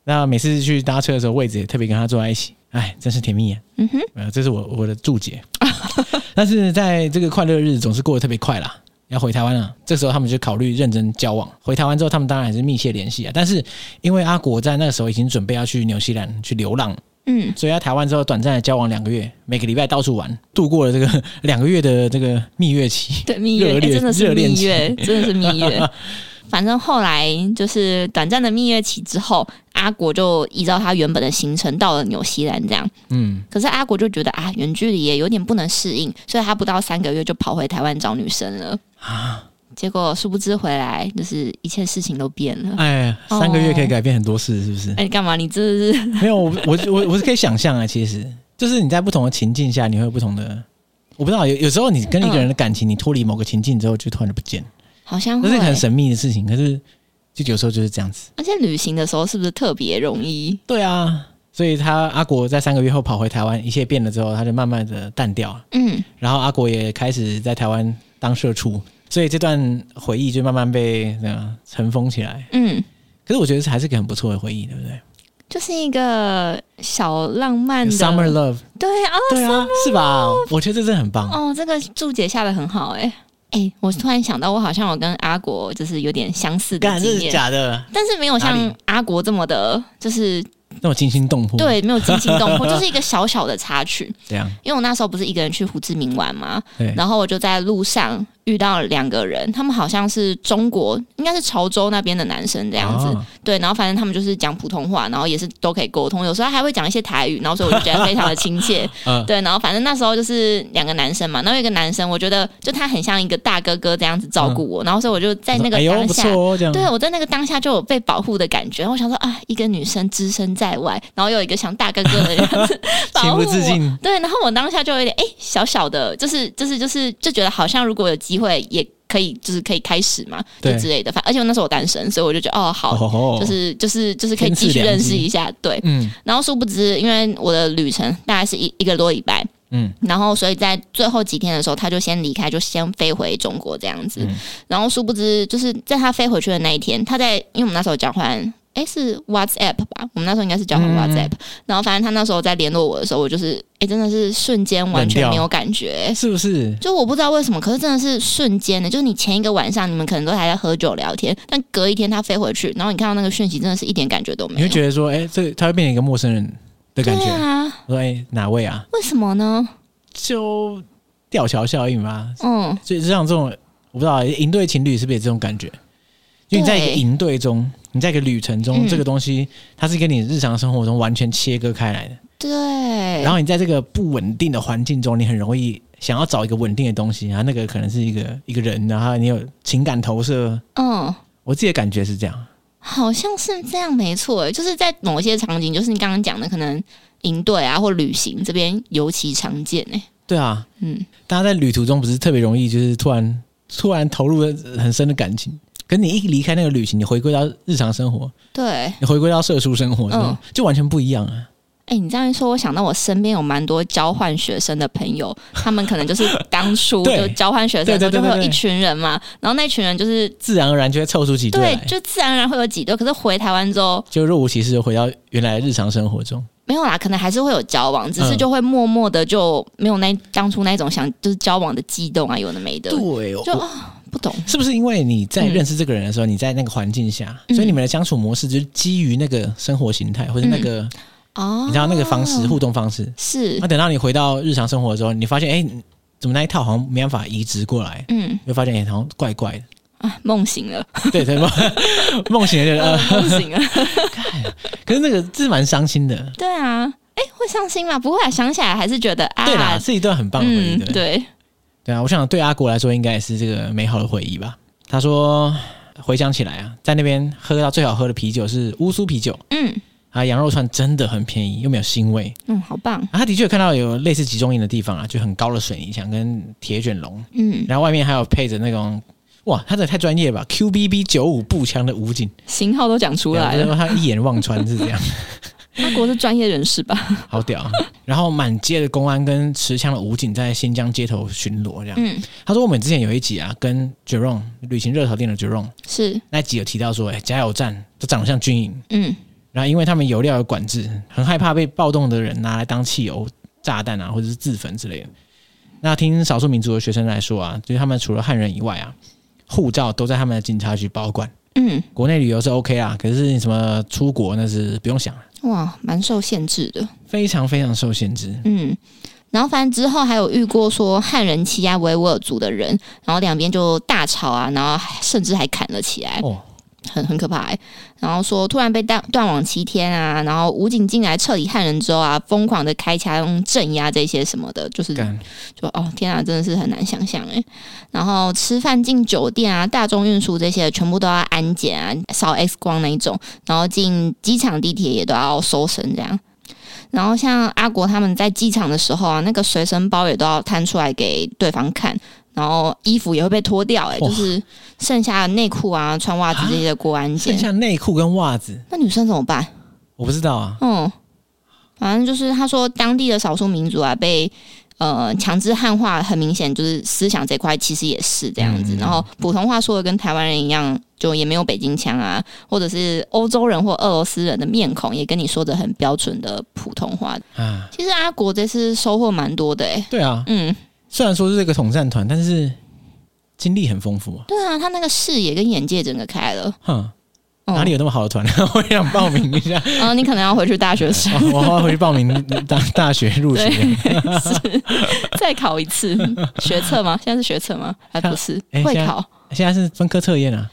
A: 那每次去搭车的时候，位置也特别跟他坐在一起，哎，真是甜蜜啊！ [laughs]
B: 嗯哼，
A: 呃，这是我我的注解。 [laughs] 但是在这个快乐的日子总是过得特别快啦，要回台湾了。这时候他们就考虑认真交往。回台湾之后，他们当然还是密切联系啊。但是因为阿果在那个时候已经准备要去纽西兰去流浪，
B: 嗯，
A: 所以在台湾之后短暂的交往两个月，每个礼拜到处玩，度过了这个两个月的这个蜜月期。
B: 对，蜜月、
A: 热
B: 哎
A: 恋
B: 真的是
A: 热恋
B: 蜜
A: 期
B: 月，真的是
A: [laughs]
B: 蜜月。反正后来就是短暂的蜜月期之后，阿国就依照他原本的行程到了纽西兰，这样。
A: 嗯，
B: 可是阿国就觉得啊，远距离也有点不能适应，所以他不到三个月就跑回台湾找女生了。
A: 啊
B: 结果殊不知回来，就是一切事情都变
A: [laughs]
B: 了。
A: 哎，
B: 哦
A: 三个月可以改变很多事，是不是？
B: 哎，你干嘛？你这是
A: [laughs] 没有，我我我我是可以想象啊，其实就是你在不同的情境下，你会有不同的。我不知道，有有时候你跟一个人的感情，你脱离某个情境之后，就突然就不见了，
B: 好像
A: 这
B: 会
A: 是一个很神秘的事情。可是，就有时候就是这样子。
B: 而且旅行的时候是不是特别容易？
A: 对啊，所以他阿国在三个月后跑回台湾，一切变了之后，他就慢慢的淡掉了。
B: 嗯，
A: 然后阿国也开始在台湾当社畜，所以这段回忆就慢慢被呃尘封起来。
B: 嗯，
A: 可是我觉得还是个很不错的回忆，对不对
B: 就是一个小浪漫的
A: ？Summer Love，
B: 对啊，哦
A: 对啊，是吧？我觉得这真的很棒。
B: 哦，这个注解下的很好哎、哎、我突然想到，我好像有跟阿国就是有点相似的
A: 干，这
B: 经
A: 是
B: 验，
A: 假的，
B: 但是没有
A: 哪
B: 像
A: 里
B: 阿国这么的，就是
A: 那我惊心动魄。，
B: 对，没有惊心动魄，就是一个小小的插曲。
A: 这样
B: 因为我那时候不是一个人去胡志明玩嘛，
A: 对，
B: 然后我就在路上遇到两个人，他们好像是中国，应该是潮州那边的男生这样子。
A: 哦
B: 对，然后反正他们就是讲普通话，然后也是都可以沟通，有时候还会讲一些台语，然后所以我就觉得非常的亲切。
A: [laughs] 嗯
B: 对，然后反正那时候就是两个男生嘛，然后有一个男生，我觉得就他很像一个大哥哥这样子照顾我，然后所以我就在那
A: 嗯
B: 个
A: 哎呦
B: 当
A: 不
B: 下。
A: 错哦，这样
B: 对，我在那个当下就有被保护的感觉，然后我想说啊，一个女生只身在外，然后又有一个像大哥哥的样子
A: [laughs] 情
B: 保护
A: 不自
B: 我，
A: 禁，
B: 对，然后我当下就有点哎、小小的，就是就是就是就觉得好像如果有机会也可以，就是可以开始嘛，就
A: 对
B: 之类的。反而且我那时候我单身，所以我就觉得哦好，
A: 哦
B: 就是就是就是可以
A: 天赐
B: 继续
A: 良
B: 认识
A: 机
B: 一下，对。
A: 嗯
B: 然后殊不知，因为我的旅程大概是一一个多礼拜，
A: 嗯，
B: 然后所以在最后几天的时候，他就先离开，就先飞回中国这样子。
A: 嗯
B: 然后殊不知，就是在他飞回去的那一天，他在因为我们那时候交换。诶，是 WhatsApp 吧？我们那时候应该是交换
A: 嗯
B: WhatsApp，、然后反正他那时候在联络我的时候，我就是诶，真的是瞬间完全
A: 冷掉
B: 没有感觉、
A: 是不是？
B: 就我不知道为什么，可是真的是瞬间的，就是你前一个晚上你们可能都还在喝酒聊天，但隔一天他飞回去，然后你看到那个讯息，真的是一点感觉都没
A: 你
B: 有
A: 会。觉得说，哎，这他会变成一个陌生人的感
B: 对
A: 觉。
B: 啊，
A: 我说，哎，哪位啊？
B: 为什么呢？
A: 就吊桥效应嘛，
B: 嗯，
A: 所以就像这种，我不知道营队情侣是不是也这种感觉？因为你在一个
B: 对
A: 营队中，你在一个旅程中，
B: 嗯
A: 这个东西它是跟你日常生活中完全切割开来的。
B: 对。
A: 然后你在这个不稳定的环境中，你很容易想要找一个稳定的东西啊，那个可能是一个一个人，然后你有情感投射。
B: 嗯，
A: 我自己的感觉是这样，
B: 好像是这样，没错欸。就是在某些场景，就是你刚刚讲的，可能营队啊或旅行这边尤其常见诶、
A: 对啊，
B: 嗯，
A: 大家在旅途中不是特别容易，就是突然突然投入了很深的感情。可你一离开那个旅行，你回归到日常生活，
B: 对。哎、
A: 你回归到社畜生活之后，
B: 嗯
A: 就完全不一样啊。
B: 哎你这样一说，我想到我身边有蛮多交换学生的朋友，他们可能就是当初
A: [laughs] 对
B: 就交换学生的时
A: 对
B: 候就
A: 对对
B: 会有
A: 对
B: 一
A: 对
B: 群人嘛，然后那群人就是
A: 自然而然就会凑出几对
B: 对
A: 来，，
B: 就自然而然会有几对，可是回台湾之后
A: 就若无其事地回到原来的日常生活中。
B: 没有啦，可能还是会有交往，只是
A: 嗯
B: 就会默默的就没有那当初那种想就是交往的悸动啊，有的没的，
A: 对，
B: 就
A: 我
B: 啊、不懂，
A: 是不是因为你在认识这个人的时候，你在那个环境下，
B: 嗯
A: 所以你们的相处模式就是基于那个生活形态或者那个、
B: 哦，
A: 你知道那个方式、啊互动方式。
B: 是
A: 那、，等到你回到日常生活的时候，你发现哎、怎么那一套好像没办法移植过来，
B: 嗯，
A: 你会发现哎、好像怪怪的。 [laughs]
B: 啊，梦醒了，
A: 对对梦梦醒了就是
B: 呃
A: 呃，
B: 梦醒了，
A: 可是那个是蛮伤心的。
B: 对啊，哎、会伤心吗？不会、啊，想起来还是觉得啊，
A: 对啦，是一段很棒的回忆，
B: 嗯，
A: 对不对？
B: 对，
A: 对啊，我想对阿国来说应该也是这个美好的回忆吧。他说，回想起来啊，在那边喝到最好喝的啤酒是乌苏啤酒
B: 嗯
A: 啊，羊肉串真的很便宜，又没有腥味。
B: 嗯，好棒，
A: 啊、他的确看到有类似集中营的地方啊，就很高的水泥墙跟铁卷笼，
B: 嗯，
A: 然后外面还有配着那种。哇，他这也太专业吧！QBB 九五步枪的武警，
B: 型号都讲出来
A: 对啊啊
B: 了，
A: 他一眼望穿是这样， [laughs]
B: 阿国是专业人士吧？
A: 好屌啊。然后满街的公安跟持枪的武警在新疆街头巡逻，这样。
B: 嗯，
A: 他说我们之前有一集啊，跟 Jerome 旅行热潮店的 Jerome
B: 是，
A: 那集有提到说，哎、加油站都长得像军营，
B: 嗯
A: 然后因为他们油料有管制，很害怕被暴动的人拿来当汽油、炸弹啊，或者是自焚之类的。那听少数民族的学生来说啊，就是他们除了汉人以外啊，护照都在他们的警察局保管。
B: 嗯，
A: 国内旅游是 OK 啦，可是你什么出国那是不用想了，
B: 哇，蛮受限制的，
A: 非常非常受限制。
B: 嗯。然后，反正之后还有遇过说汉人欺压维吾尔族的人，然后两边就大吵啊，然后甚至还砍了起来。
A: 哦，
B: 很很可怕、欸。然后说突然被断断网七天啊，然后武警进来撤离汉人之后啊，疯狂的开枪镇压这些什么的，就是
A: 干
B: 就哦天啊，真的是很难想象哎、然后吃饭进酒店啊，大众运输这些全部都要安检啊，扫 X 光那一种，然后进机场地铁也都要搜身这样。然后像阿国他们在机场的时候啊，那个随身包也都要摊出来给对方看，然后衣服也会被脱掉、欸，哎，
A: 哇
B: 就是剩下的内裤啊、穿袜子这些的过安检
A: 剩。下内裤跟袜子，
B: 那女生怎么办？
A: 我不知道啊。
B: 嗯，反正就是他说当地的少数民族啊被。呃，强制汉化很明显，就是思想这块其实也是这样子。
A: 嗯
B: 然后普通话说的跟台湾人一样，就也没有北京腔啊，或者是欧洲人或俄罗斯人的面孔，也跟你说的很标准的普通话。
A: 啊，
B: 其实阿国这次收获蛮多的、欸，
A: 对啊，
B: 嗯，
A: 虽然说是这个统战团，但是经历很丰富啊。
B: 对啊，他那个视野跟眼界整个开了。
A: 哼，
B: 嗯、
A: 哪里有那么好的团？ [laughs] 我也想报名一下，
B: 嗯、你可能要回去大学生
A: 哦 [laughs] 我要回去报名大大学入学。
B: 是再考一次学测吗？现在是学测吗？还不是
A: 哎
B: 会
A: 现在
B: 考
A: 现在是分科测验啊，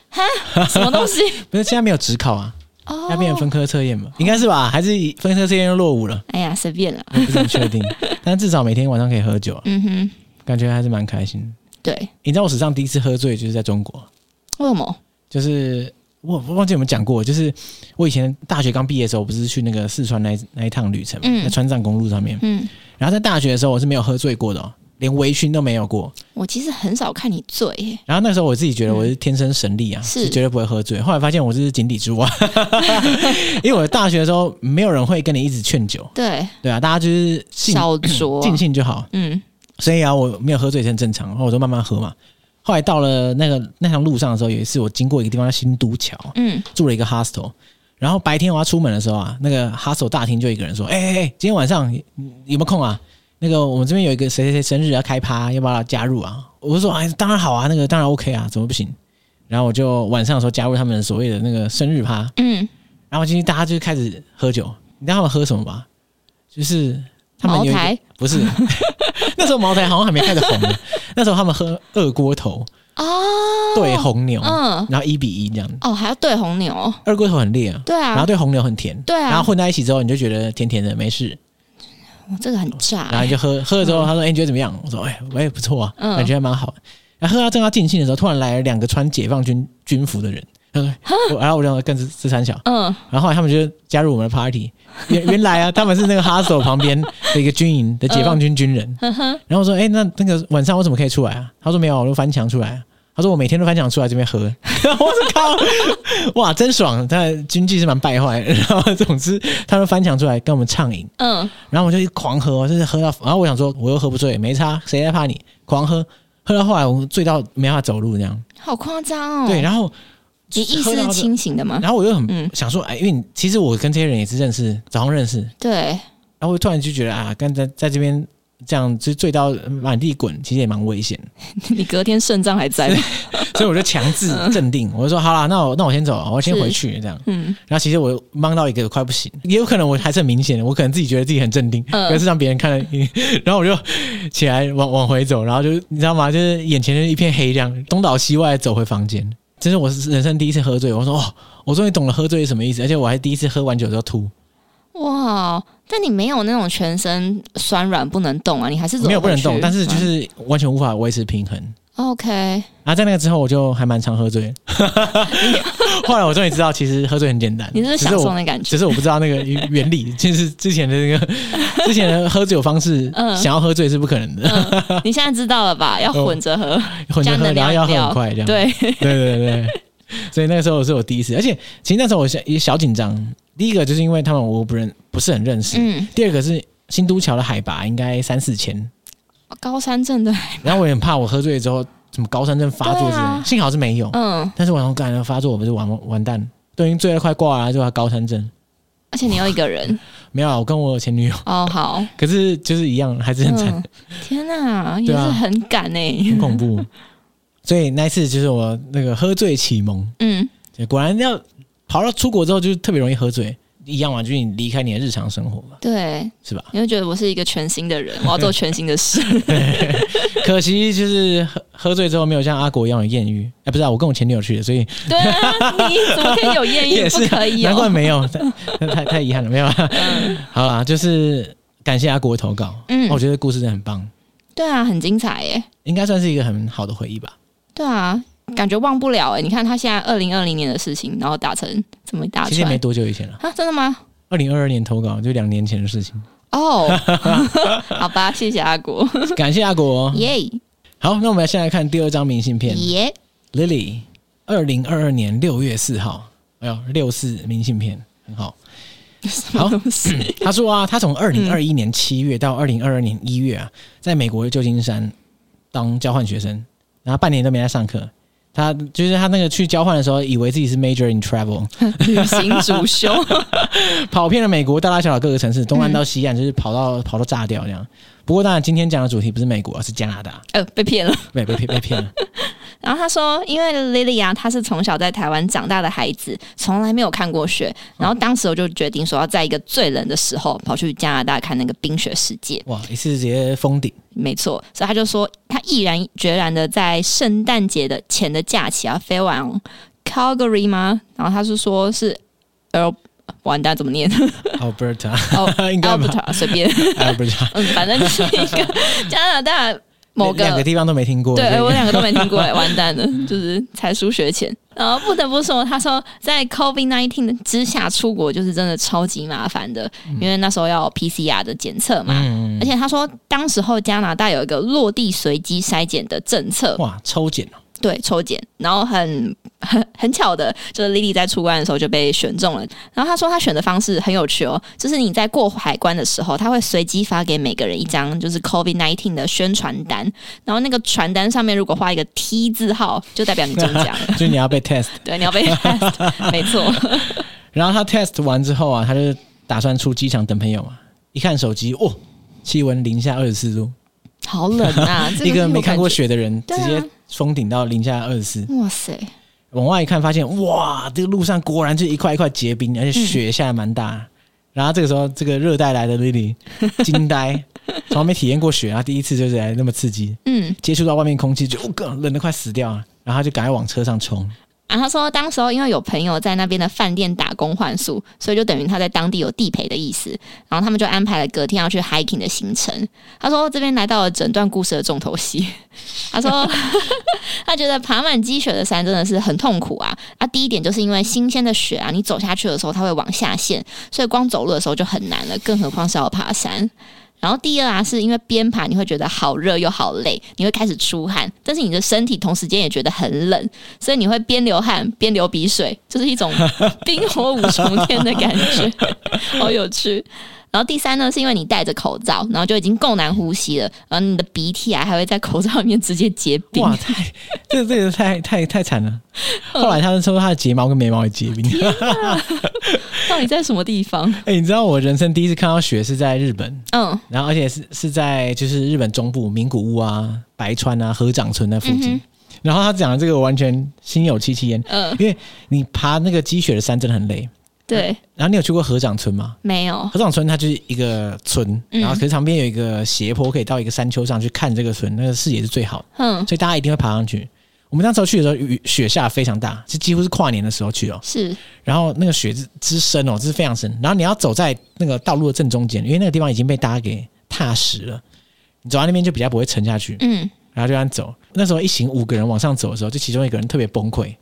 B: 什么东西？
A: 不是现在没有职考啊，
B: 哦
A: 要变成分科测验嘛？应该是吧？还是以分科测验又落伍了？
B: 哎呀，随便了。
A: 我不是很
B: [laughs]
A: 确定，但至少每天晚上可以喝酒啊，
B: 嗯哼，
A: 感觉还是蛮开心的。
B: 对，
A: 你知道我史上第一次喝醉就是在中国，
B: 为什么？
A: 就是我我忘记有没有讲过，就是我以前大学刚毕业的时候，不是去那个四川那一那一趟旅程嘛，
B: 嗯
A: 在川藏公路上面。
B: 嗯，
A: 然后在大学的时候，我是没有喝醉过的、哦，连微醺都没有过。
B: 我其实很少看你醉耶，
A: 然后那时候我自己觉得我是天生神力啊，
B: 嗯
A: 是
B: 是
A: 绝对不会喝醉。后来发现我这是井底之蛙，因为我大学的时候没有人会跟你一直劝酒，
B: 对，
A: 对啊，大家就是尽
B: 少酌，
A: 尽兴就好。
B: 嗯，所
A: 所以啊，我没有喝醉是很正常，然后我就慢慢喝嘛。后来到了那个那条路上的时候，有一次我经过一个地方叫新都桥，
B: 嗯，
A: 住了一个 hostel。然后白天我要出门的时候啊，那个 hostel 大厅就一个人说：“哎哎哎，今天晚上你你有没有空啊？那个我们这边有一个谁谁谁生日要开趴，要不要加入啊？”我就说：“哎，当然好啊，那个当然 OK 啊，怎么不行？”然后我就晚上的时候加入他们所谓的那个生日趴，
B: 嗯，
A: 然后今天大家就开始喝酒，你知道他们喝什么吗？就是他们有一
B: 茅
A: 个
B: 台
A: 不是 [laughs] 那时候茅台好像还没开始红呢，那时候他们喝二锅头
B: 哦，
A: 对红牛，
B: 嗯，
A: 然后一比一这样，
B: 哦，还要对红牛，
A: 二锅头很烈啊，
B: 对
A: 然后
B: 啊，
A: 对红牛很甜，
B: 对啊
A: 然后混在一起之后，你就觉得甜甜的没事，
B: 我这个很炸
A: 然后
B: 欸，
A: 你就喝喝了之后，他说：“哎、你觉得怎么样？”我说：“哎，我也不错啊，
B: 嗯
A: 感觉还蛮好的。”然后喝到正要尽兴的时候，突然来了两个穿解放军军服的人，他说我然后我让他跟这这三小，
B: 嗯，
A: 然后后来他们就加入我们的 party。原 [laughs] 原来啊，他们是那个 hostel 旁边的一个军营的解放军军人。
B: 嗯
A: 然后我说：“哎、那那个晚上我怎么可以出来啊？”他说：“没有，我都翻墙出来啊。”他说：“我每天都翻墙出来这边喝。” [laughs] 我说：“靠， [laughs] 哇，真爽！他的军纪是蛮败坏的。” [laughs] 然后总之，他都翻墙出来跟我们畅饮，
B: 嗯，
A: 然后我就一狂喝，哦就是喝到，然后我想说我又喝不醉，没差，谁在怕你？狂喝，喝到后来我们醉到没办法走路这样。
B: 好夸张哦，
A: 对，，然后
B: 你意识
A: 喝到
B: 是
A: 的
B: 清醒的吗？
A: 然后我又很、
B: 嗯
A: 想说，哎，因为你其实我跟这些人也是认识，早上认识，
B: 对， [laughs]
A: 然后我突然就觉得啊，刚在在这边这样就醉到满地滚，其实也蛮危险
B: [laughs]
A: 的，
B: 你隔天肾脏还在吗？
A: 所以我就强制镇定，我就说好啦，那我那我先走，我先
B: 是
A: 回去这样。
B: 嗯，
A: 然后其实我忙到一个快不行，也有可能我还是很明显的，我可能自己觉得自己很镇定，
B: 嗯
A: 可是让别人看了， [laughs] 然后我就起来往往回走，然后就你知道吗？就是眼前就一片黑这样，东倒西歪地走回房间。这是我人生第一次喝醉，我说哦，我终于懂了喝醉是什么意思，而且我还第一次喝完酒之后吐，
B: 哇，但你没有那种全身酸软不能动啊，你还是走
A: 没有不能
B: 回去
A: 动，但是就
B: 吗
A: 是完全无法维持平衡。
B: OK，
A: 然后在那个之后，我就还蛮常喝醉。
B: [laughs]
A: 后来我终于知道，其实喝醉很简单，
B: 你这是
A: 只
B: 享
A: 是
B: 受
A: 我
B: 那感觉
A: 只是我不知道那个原理，
B: [laughs]
A: 就是之前的那个之前的喝酒方式，
B: 嗯
A: 想要喝醉是不可能的， [laughs]
B: 你现在知道了
A: 嗯
B: 吧？要混着喝，
A: 混
B: 这
A: 着
B: 样
A: 喝，
B: 能
A: 然后要
B: 量
A: 喝
B: 掉
A: 很快这样。
B: 对，
A: 对对对对，所以那个时候是我第一次，而且其实那时候我小也小紧张。第一个就是因为他们我不认不是很认识，
B: 嗯，
A: 第二个是新都桥的海拔应该三四千，
B: 高山症的，
A: 然后我也很怕我喝醉之后什么高山症发作之类
B: 对啊
A: 的，幸好是没有。
B: 嗯，
A: 但是晚上感觉发作，我不是完完蛋，都已经醉得快挂了，就要高山症。
B: 而且你又一个
A: [laughs]
B: 人，
A: 没有啊，我跟我前女友， [laughs]
B: 哦，好，
A: 可是就是一样，还是很惨，
B: 嗯，天哪，也
A: 对
B: 是
A: 啊
B: 很欸敢呢、
A: 很恐怖。所以那一次就是我那个喝醉启蒙，
B: 嗯，
A: 对果然要跑到出国之后就特别容易喝醉，一样嘛，就是你离开你的日常生活嘛，
B: 对， [laughs]
A: 是吧？
B: 你会觉得我是一个全新的人，
A: 嗯
B: 我要做全新的事， [laughs]
A: 可惜就是喝喝醉之后没有像阿国一样有艳遇，哎、不是啊，我跟我前女友去的，所以
B: 对啊，你怎么可以有艳遇？
A: [laughs] 也
B: [laughs] 不
A: 是
B: 可以
A: 难怪
B: 哦，
A: 没有，太太 [laughs] 太遗憾了，没有啊。好啦，就是感谢阿国的投稿，哦
B: 嗯
A: 我觉得故事真的很棒，
B: 对啊，很精彩耶、
A: 应该算是一个很好的回忆吧。
B: 对啊，感觉忘不了哎、你看他现在二零二零年的事情，然后打成怎么打
A: 其
B: 出
A: 实也没
B: 来
A: 多久以前了，
B: 啊？真的吗？
A: 二零二二年投稿就两年前的事
B: [laughs]
A: 情。 [laughs]
B: 哦，好吧，谢谢阿国，
A: 感谢阿国。
B: 耶
A: 好，那我们现在看第二张明信片
B: 耶，
A: ，Lily，二零二二年六月四号，哎呦，六四明信片很好。
B: 什么东 [laughs] 西？
A: 他说啊，他从二零二一年七月到二零二二年一月啊，在美国旧金山当交换学生，然后半年都没来上课。他就是他那个去交换的时候，以为自己是 major in travel，
B: 旅行主 [laughs] 修，
A: 跑遍了美国大大小小各个城市，东岸到西岸，就是跑到、跑到炸掉这样。不过当然，今天讲的主题不是美国，而是加拿大。
B: 呃，被骗了。 [laughs]
A: 被被被被骗了。
B: 然后他说，因为 Lily 啊，她是从小在台湾长大的孩子，从来没有看过雪。然后当时我就决定说，要在一个最冷的时候跑去加拿大看那个冰雪世界。
A: 哇，一次直接封顶，
B: 没错，所以他就说，他毅然决然的在圣诞节的前的假期啊，飞往 Calgary 吗？然后他是说是 Al，完蛋怎么 [laughs] 念
A: Alberta，
B: 哦
A: 应该吧
B: ？Alberta 随便，
A: ，Alberta，
B: 嗯，反正就是一个 [laughs] 加拿大某个
A: 两个地方都没听过，
B: 对
A: 所以
B: 我两个都没听
A: [laughs]
B: 过，完蛋了，就是才疏学浅。然后不得不说，他说在 COVID nineteen 之下出国就是真的超级麻烦的，因为那时候要 PCR 的检测嘛，
A: 嗯，
B: 而且他说当时候加拿大有一个落地随机筛检的政策，
A: 哇，抽检哦。
B: 对抽检，然后很很很巧的，就是 Lily 在出关的时候就被选中了。然后他说他选的方式很有趣哦，就是你在过海关的时候，他会随机发给每个人一张就是 COVID nineteen 的宣传单，然后那个传单上面如果画一个 T 字号，就代表你中奖了 [laughs]
A: 就是你要被 test，
B: 对，你要被 test，没错， [laughs]
A: 然后他 test 完之后啊，他就打算出机场等朋友嘛，一看手机，哦，气温零下二十四度，
B: 好冷啊！这
A: 一个
B: 是
A: 没
B: 我
A: 看
B: 感
A: 过
B: 觉，
A: 雪的人直
B: 对啊
A: 接封顶到零下二十四，
B: 哇塞，
A: 往外一看，发现哇，这个路上果然就是一块一块结冰，而且雪下得蛮大。然后这个时候，这个热带来的 Lily 惊呆，从来没体验过雪，然后第一次就是来那么刺激，
B: 嗯，
A: 接触到外面空气就，哦，哥冷得快死掉了。然后他就赶快往车上冲，
B: 然后他说，当时候因为有朋友在那边的饭店打工换宿，所以就等于他在当地有地陪的意思。然后他们就安排了隔天要去 hiking 的行程。他说，这边来到了整段故事的重头戏。他说，他觉得爬满积雪的山真的是很痛苦啊！啊，第一点就是因为新鲜的雪啊，你走下去的时候它会往下陷，所以光走路的时候就很难了，更何况是要爬山。然后第二啊，是因为边爬你会觉得好热又好累，你会开始出汗，但是你的身体同时间也觉得很冷，所以你会边流汗边流鼻水，就是一种冰火五重天的感觉，好有趣。然后第三呢，是因为你戴着口罩，然后就已经够难呼吸了，然后你的鼻涕啊还会在口罩里面直接结冰。
A: 哇，太 [laughs] 这这个太太太惨了。后来他就说他的睫毛跟眉毛也结冰。
B: 到底在什么地方？
A: 哎、你知道我人生第一次看到雪是在日本，
B: 嗯
A: 然后而且是是在就是日本中部名古屋啊、白川啊、河长村那附近。
B: 嗯
A: 然后他讲的这个我完全心有戚戚焉，
B: 嗯，
A: 因为你爬那个积雪的山真的很累。
B: 对，
A: 然后你有去过河长村吗？
B: 没有，
A: 河长村它就是一个村，
B: 嗯
A: 然后可是旁边有一个斜坡，可以到一个山丘上去看这个村，那个视野是最好的，
B: 嗯，
A: 所以大家一定会爬上去。我们那时候去的时候，雨雪下得非常大，是几乎是跨年的时候去哦。
B: 是，
A: 然后那个雪之之深哦，这是非常深。然后你要走在那个道路的正中间，因为那个地方已经被大家给踏实了，你走到那边就比较不会沉下去。
B: 嗯，
A: 然后就这样走。那时候一行五个人往上走的时候，就其中一个人特别崩
B: [laughs]
A: 溃，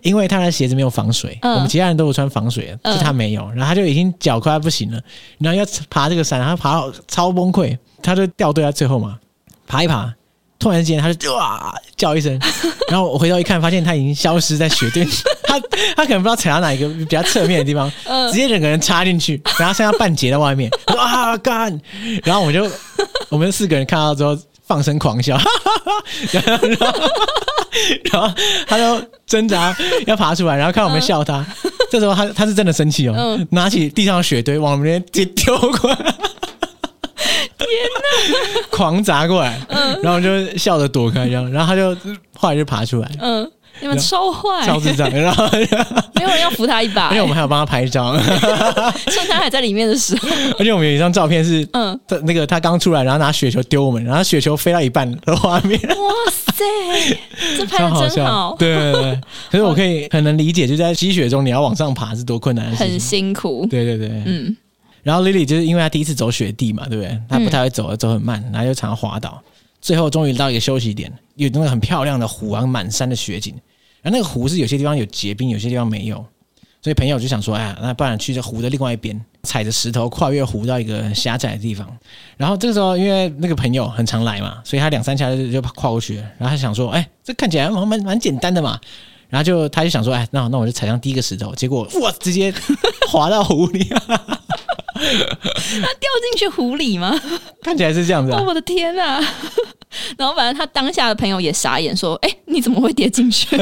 A: 因为他的鞋子没有防水，
B: 嗯
A: 我们其他人都有穿防水，
B: 嗯
A: 就他没有。然后他就已经脚快要不行了，然后要爬这个山，然后爬到超崩溃，他就掉队在最后嘛，爬一爬。突然间，他就哇叫一
B: [laughs]
A: 声，然后我回头一看，发现他已经消失在雪堆。他他可能不知道踩到哪一个比较侧面的地方，
B: 嗯
A: 直接整个人插进去，然后剩下半截在外面。我说啊干！然后我们就我们四个人看到之后放声狂笑，然后然后然后他就挣扎要爬出来，然后看我们笑他。这时候他他是真的生气哦，
B: 嗯
A: 拿起地上的雪堆往我们这边直接丢过来，天哪！狂砸过来，
B: 嗯
A: 然后我就笑着躲开，然后然后他就后来就爬出来，
B: 嗯，你们超坏，
A: 超智障。然后
B: 哎没有人要扶他一
A: [laughs]
B: 把、
A: 而且我们还有帮他拍照，
B: 哎趁他还在里面的时候，
A: 而且我们有一张照片是
B: 嗯，
A: 他那个他刚出来，然后拿雪球丢我们，然后雪球飞到一半的画面，
B: 哇塞，这拍
A: 超好
B: 的真
A: 笑。
B: 好，
A: 对对对，可是我可以很能理解，就在积雪中你要往上爬是多困难的事
B: 很
A: 情。
B: 辛苦，
A: 对对对，
B: 嗯
A: 然后 Lily 就是因为她第一次走雪地嘛，对不对？她不太会走，走很慢，然后又常常滑倒。最后终于到一个休息点，有那个很漂亮的湖啊，满山的雪景。然后那个湖是有些地方有结冰，有些地方没有，所以朋友就想说，哎呀，那不然去这湖的另外一边，踩着石头跨越湖到一个狭窄的地方。然后这个时候，因为那个朋友很常来嘛，所以他两三下就就跨过去了。然后他想说，哎，这看起来蛮蛮蛮简单的嘛。然后就他就想说，哎，那好那我就踩上第一个石头，结果哇，直接滑到湖里， [laughs]
B: 掉进去湖里吗？
A: 看起来是这样子、啊
B: 哦，。我的天啊！ [laughs] 然后反正他当下的朋友也傻眼，说：“哎、 [laughs] 你怎么会跌进去？”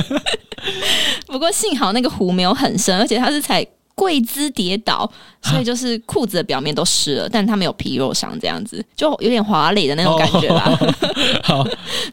B: 不过幸好那个湖没有很深，而且他是才。跪姿跌倒，
A: 啊
B: 所以就是裤子的表面都湿了，但他没有皮肉伤，这样子就有点滑垒的那种感觉
A: 哦
B: 吧。
A: 好，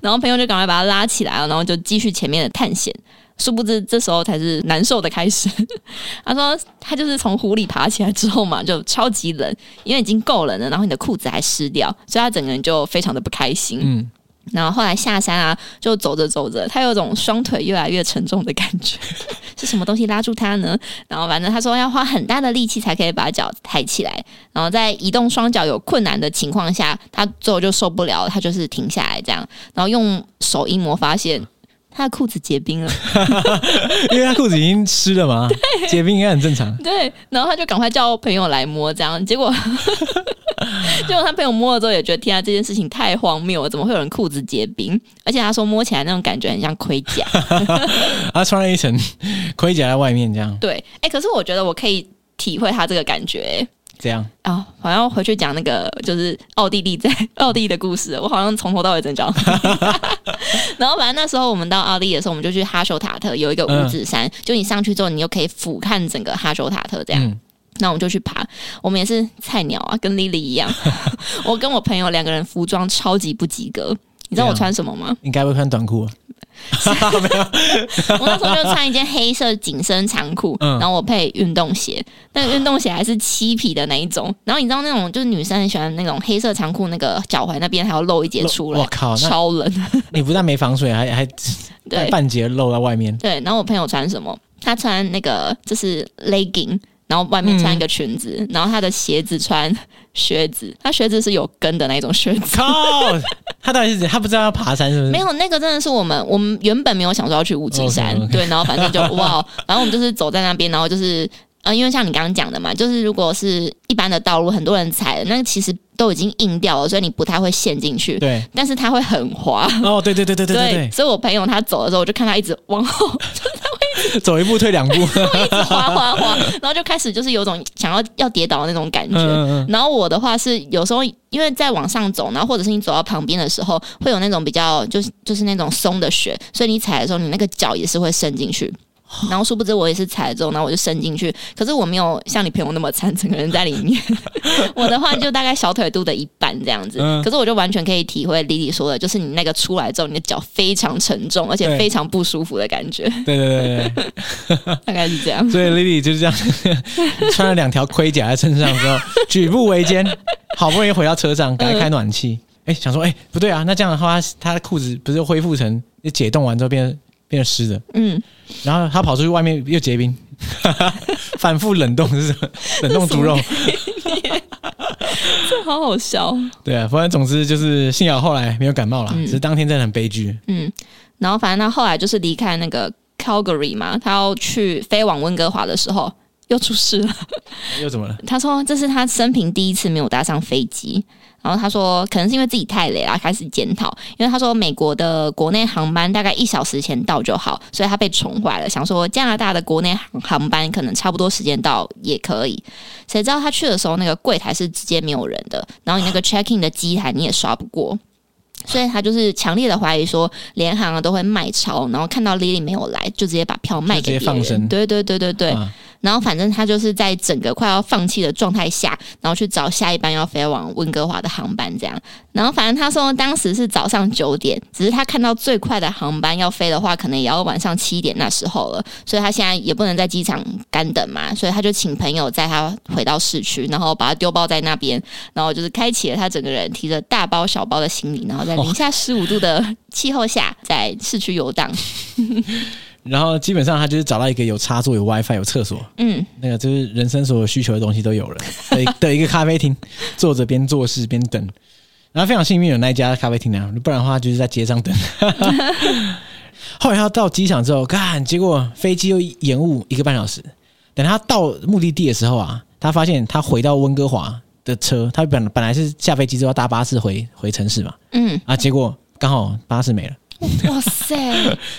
B: 然后朋友就赶快把他拉起来哦了，然后就继续前面的探险。殊不知，这时候才是难受的开始。 [laughs] 他说，他就是从湖里爬起来之后嘛，就超级冷，因为已经够冷了，然后你的裤子还湿掉，所以他整个人就非常的不开心。
A: 嗯，
B: 然后后来下山啊，就走着走着，他有种双腿越来越沉重的感觉， [laughs] 是什么东西拉住他呢？然后反正他说要花很大的力气才可以把脚抬起来，然后在移动双脚有困难的情况下，他最后就受不了了，他就是停下来这样，然后用手一摸，发现他的裤子结冰了，
A: 因为他裤子已经湿了
B: [laughs]
A: 嘛，结冰应该很正常。
B: 对，然后他就赶快叫朋友来摸，这样结果。结果他朋友摸了之后也觉得，天啊，这件事情太荒谬了！怎么会有人裤子结冰？而且他说摸起来那种感觉很像盔甲，
A: 他啊穿了一层 [laughs] 盔甲在外面，这样
B: 对，哎、可是我觉得我可以体会他这个感觉、欸。
A: 这样
B: 啊、好像回去讲那个就是奥地利在 [laughs] 奥地利的故事，我好像从头到尾真讲。然后反正那时候我们到奥地利的时候，我们就去哈修塔特有一个五指山，就你上去之后，你又可以俯瞰整个哈修塔特这样。
A: 嗯
B: 那我们就去爬，我们也是菜鸟啊，跟 Lily 一样。我跟我朋友两个人服装超级不及格，你知道我
A: 这样
B: 穿什么吗？
A: 应该不会穿短裤啊。
B: 我那时候就穿一件黑色紧身长裤，
A: 嗯
B: 然后我配运动鞋，但运动鞋还是漆皮的那一种。然后你知道那种就是女生很喜欢那种黑色长裤，那个脚踝那边还要露一截出来
A: 我，靠，那
B: 超冷。
A: 你不但没防水，还还还
B: [laughs] 对
A: 半截露在外面。
B: 对，然后我朋友穿什么？他穿那个就是 legging。然后外面
A: 嗯
B: 穿一个裙子，然后他的鞋子穿靴子，他靴子是有跟的那一种靴子，
A: 靠， [laughs] 他到底是谁他不知道要爬山是不是？
B: 没有，那个真的是我们，我们原本没有想说要去五指山
A: 哦 OK，OK
B: 对，然后反正
A: [laughs]
B: 就哇，反正我们就是走在那边，然后就是，呃，因为像你刚刚讲的嘛，就是如果是一般的道路，很多人踩，那个其实都已经硬掉了，所以你不太会陷进去，
A: 对，
B: 但是它会很滑。
A: 哦，对对对对对对
B: 所以我朋友他走的时候，我就看他一直往后
A: 对，走一步退两步， [laughs]
B: 一直滑滑滑，然后就开始就是有种想要要跌倒的那种感
A: 嗯
B: 觉。
A: 嗯嗯，
B: 然后我的话是有时候因为在往上走，然后或者是你走到旁边的时候，会有那种比较就是就是那种松的雪，所以你踩的时候，你那个脚也是会伸进去。
A: 哦
B: 然后殊不知我也是踩了之后，然后我就伸进去，可是我没有像你朋友那么惨，整个人在里
A: [laughs]
B: 面。我的话就大概小腿肚的一半这样子，
A: 嗯
B: 可是我就完全可以体会 Lily 说的，就是你那个出来之后，你的脚非常沉重，而且
A: 对
B: 非常不舒服的感觉， [laughs]
A: 对对对对
B: 大概是这
A: [laughs]
B: 样
A: 对，。所以 Lily 就是这样穿了两条盔甲在身上之后，举步维
B: [laughs]
A: 艰，好不容易回到车上，赶快开暖
B: 嗯
A: 气。哎，想说哎不对啊，那这样的话，他的裤子不是恢复成解冻完之后变变成湿的，
B: 嗯，
A: 然后他跑出去外面又结
B: [laughs]
A: 冰，反复冷冻是什么？冷冻猪肉。
B: 这好好笑。
A: 对啊，反正总之就是幸好后来没有感冒啦，
B: 嗯
A: 只是当天真的很悲剧。
B: 嗯，然后反正他后来就是离开那个 Calgary 嘛，他要去飞往温哥华的时候又出事了。 [laughs]
A: 又怎么了？
B: 他说这是他生平第一次没有搭上飞机。然后他说，可能是因为自己太累了，开始检讨。因为他说，美国的国内航班大概一小时前到就好，所以他被宠坏了，想说加拿大的国内航航班可能差不多时间到也可以。谁知道他去的时候，那个柜台是直接没有人的，然后你
A: [laughs]
B: 那个 check in 的机台你也刷不过，所以他就是强烈的怀疑说，联航啊都会卖超，然后看到 Lily 没有来，就直接把票卖给
A: 就直接放
B: 别人。
A: 生
B: 对对对对对。
A: 啊
B: 然后反正他就是在整个快要放弃的状态下，然后去找下一班要飞往温哥华的航班，这样。然后反正他说当时是早上九点，只是他看到最快的航班要飞的话，可能也要晚上七点那时候了，所以他现在也不能在机场干等嘛，所以他就请朋友载他回到市区，然后把他丢包在那边，然后就是开启了他整个人提着大包小包的行李，然后在零下十五度的气候下，在市区游荡。
A: 然后基本上他就是找到一个有插座、有 WiFi、有厕所，
B: 嗯，
A: 那个就是人生所有需求的东西都有了的一的一个咖啡厅，坐着边做事边等。然后非常幸运有那一家咖啡厅啊，不然的话就是在街上等。 [laughs] 后来他到机场之后，看结果飞机又延误一个半小时。等他到目的地的时候啊，他发现他回到温哥华的车，他本本来是下飞机之后搭巴士回回城市嘛，
B: 嗯，
A: 啊，结果刚好巴士没了。
B: 哇塞，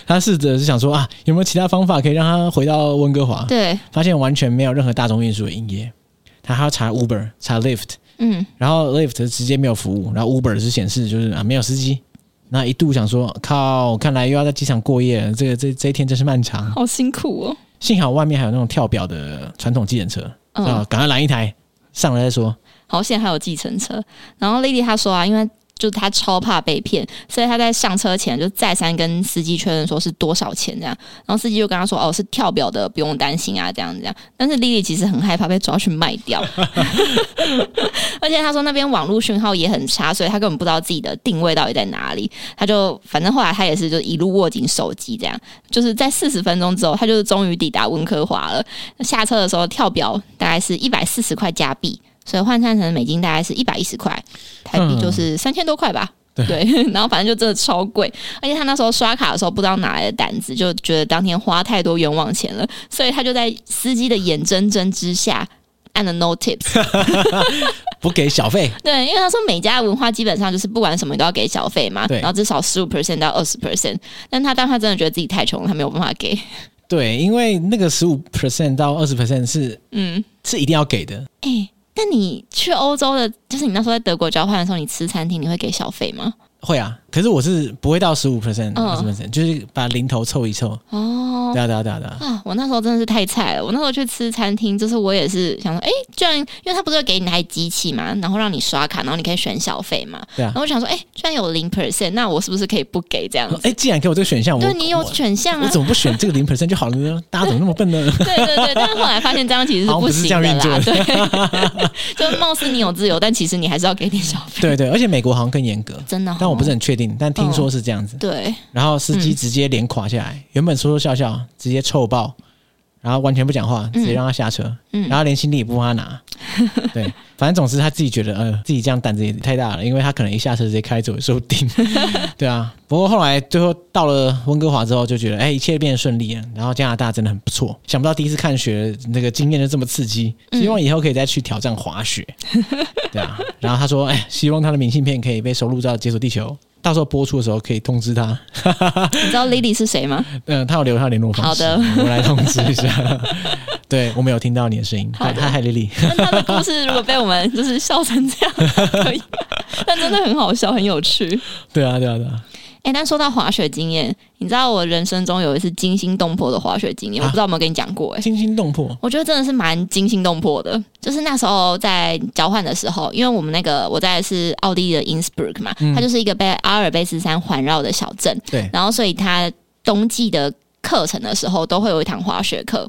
A: 他试着是想说啊，有没有其他方法可以让他回到温哥华？
B: 对，
A: 发现完全没有任何大众运输的营业，他还要查 Uber、查 Lyft，
B: 嗯。
A: 然后 Lyft 直接没有服务，然后 Uber 是显示就是啊没有司机，那一度想说，靠，看来又要在机场过夜了，这个这这一天真是漫长。
B: 好辛苦哦。
A: 幸好外面还有那种跳表的传统计程车，啊、
B: 嗯，
A: 赶快拦一台上来再
B: [laughs]
A: 说。
B: 好险还有计程车。然后 Lady 她说啊，因为就是她超怕被骗，所以她在上车前就再三跟司机确认说是多少钱这样。然后司机就跟她说哦是跳表的，不用担心啊这样子这样。但是 Lily 其实很害怕被抓去卖掉， [laughs] 而且她说那边网络讯号也很差，所以她根本不知道自己的定位到底在哪里。她就反正后来她也是就一路握紧手机这样，就是在四十分钟之后，她就是终于抵达温科华了。下车的时候跳表大概是一百四十块加币，所以换算成美金大概是一百一十块，台币就是三千多块吧。
A: 对
B: 对， [laughs] 然后反正就真的超贵，而且他那时候刷卡的时候不知道哪来的胆子，就觉得当天花太多冤枉钱了，所以他就在司机的眼睁睁之下按了 no tips。
A: 不给小费，
B: 对，因为他说每家文化基本上就是不管什么你都要给小费嘛，
A: 对
B: 然后至少十五 percent 到二十 percent。但他当他真的觉得自己太穷了，他没有办法给。
A: 对，因为那个十五 percent 到二十 percent 是
B: 嗯，
A: 是一定要给的。
B: 哎、但你去欧洲的，就是你那时候在德国交换的时候，你吃餐厅你会给小费吗？
A: 会啊，可是我是不会到十五 percent、
B: 嗯
A: 二十 percent，就是把零头凑一凑。
B: 哦。
A: 对啊，对啊，对啊，对啊，
B: 啊！我那时候真的是太菜了。我那时候去吃餐厅，就是我也是想说，哎、居然因为他不是会给你台机器嘛，然后让你刷卡，然后你可以选小费嘛。
A: 对啊
B: 然后我想说，哎、居然有零 percent，那我是不是可以不给这样子？
A: 哎、既然给我这个选项，我
B: 对你有
A: 我
B: 选项
A: 我
B: 啊
A: 怎。么不选这个零 percent 就好了呢？大家怎么那么笨呢？ [laughs]
B: [laughs] 对对对，但是后来发现这样其实是行的啦
A: 好像不是，
B: [laughs] 对，就貌似你有自由，但其实你还是要给点小费，
A: 对对，而且美国好像更严格，
B: 真的、哦
A: 但我不是。很确定，但听说是这样子。
B: 对，
A: 然后司机直接脸垮下来，原本说说笑笑，直接臭爆，然后完全不讲话，直接让他下车，
B: 嗯
A: 然后连行李也不帮他拿。对，反正总之他自己觉得，呃，自己这样胆子也太大了，因为他可能一下车直接开走也说不定。 [laughs] 对啊，不过后来最后到了温哥华之后，就觉得哎、一切变得顺利了。然后加拿大真的很不错，想不到第一次看雪那个经验就这么刺激，希望以后可以再去挑战滑雪。对啊，然后他说，哎、希望他的明信片可以被收录到《解锁地球》。到时候播出的时候可以通知他，
B: 你知道 Lily 是谁吗？
A: 嗯，他有留他联络方式，
B: 好的
A: 我来通知一
B: [laughs]
A: 下。对，我没有听到你的声音。
B: 好
A: 嗨
B: 的
A: 嗨，嗨，丽丽，
B: 但她的故事如果被我们就是笑成这样，可以， [laughs] 但真的很好笑，很有趣。
A: [laughs] 对啊，对啊，对啊，
B: 哎、但说到滑雪经验，你知道我人生中有一次惊心动魄的滑雪经验，
A: 啊
B: 我不知道有没有跟你讲过、哎。
A: 惊心动魄。
B: 我觉得真的是蛮惊心动魄的。就是那时候在交换的时候，因为我们那个我在的是奥地利的 Innsbruck 嘛，它就是一个被阿尔卑斯山环绕的小镇，
A: 对，
B: 然后所以它冬季的课程的时候都会有一堂滑雪课。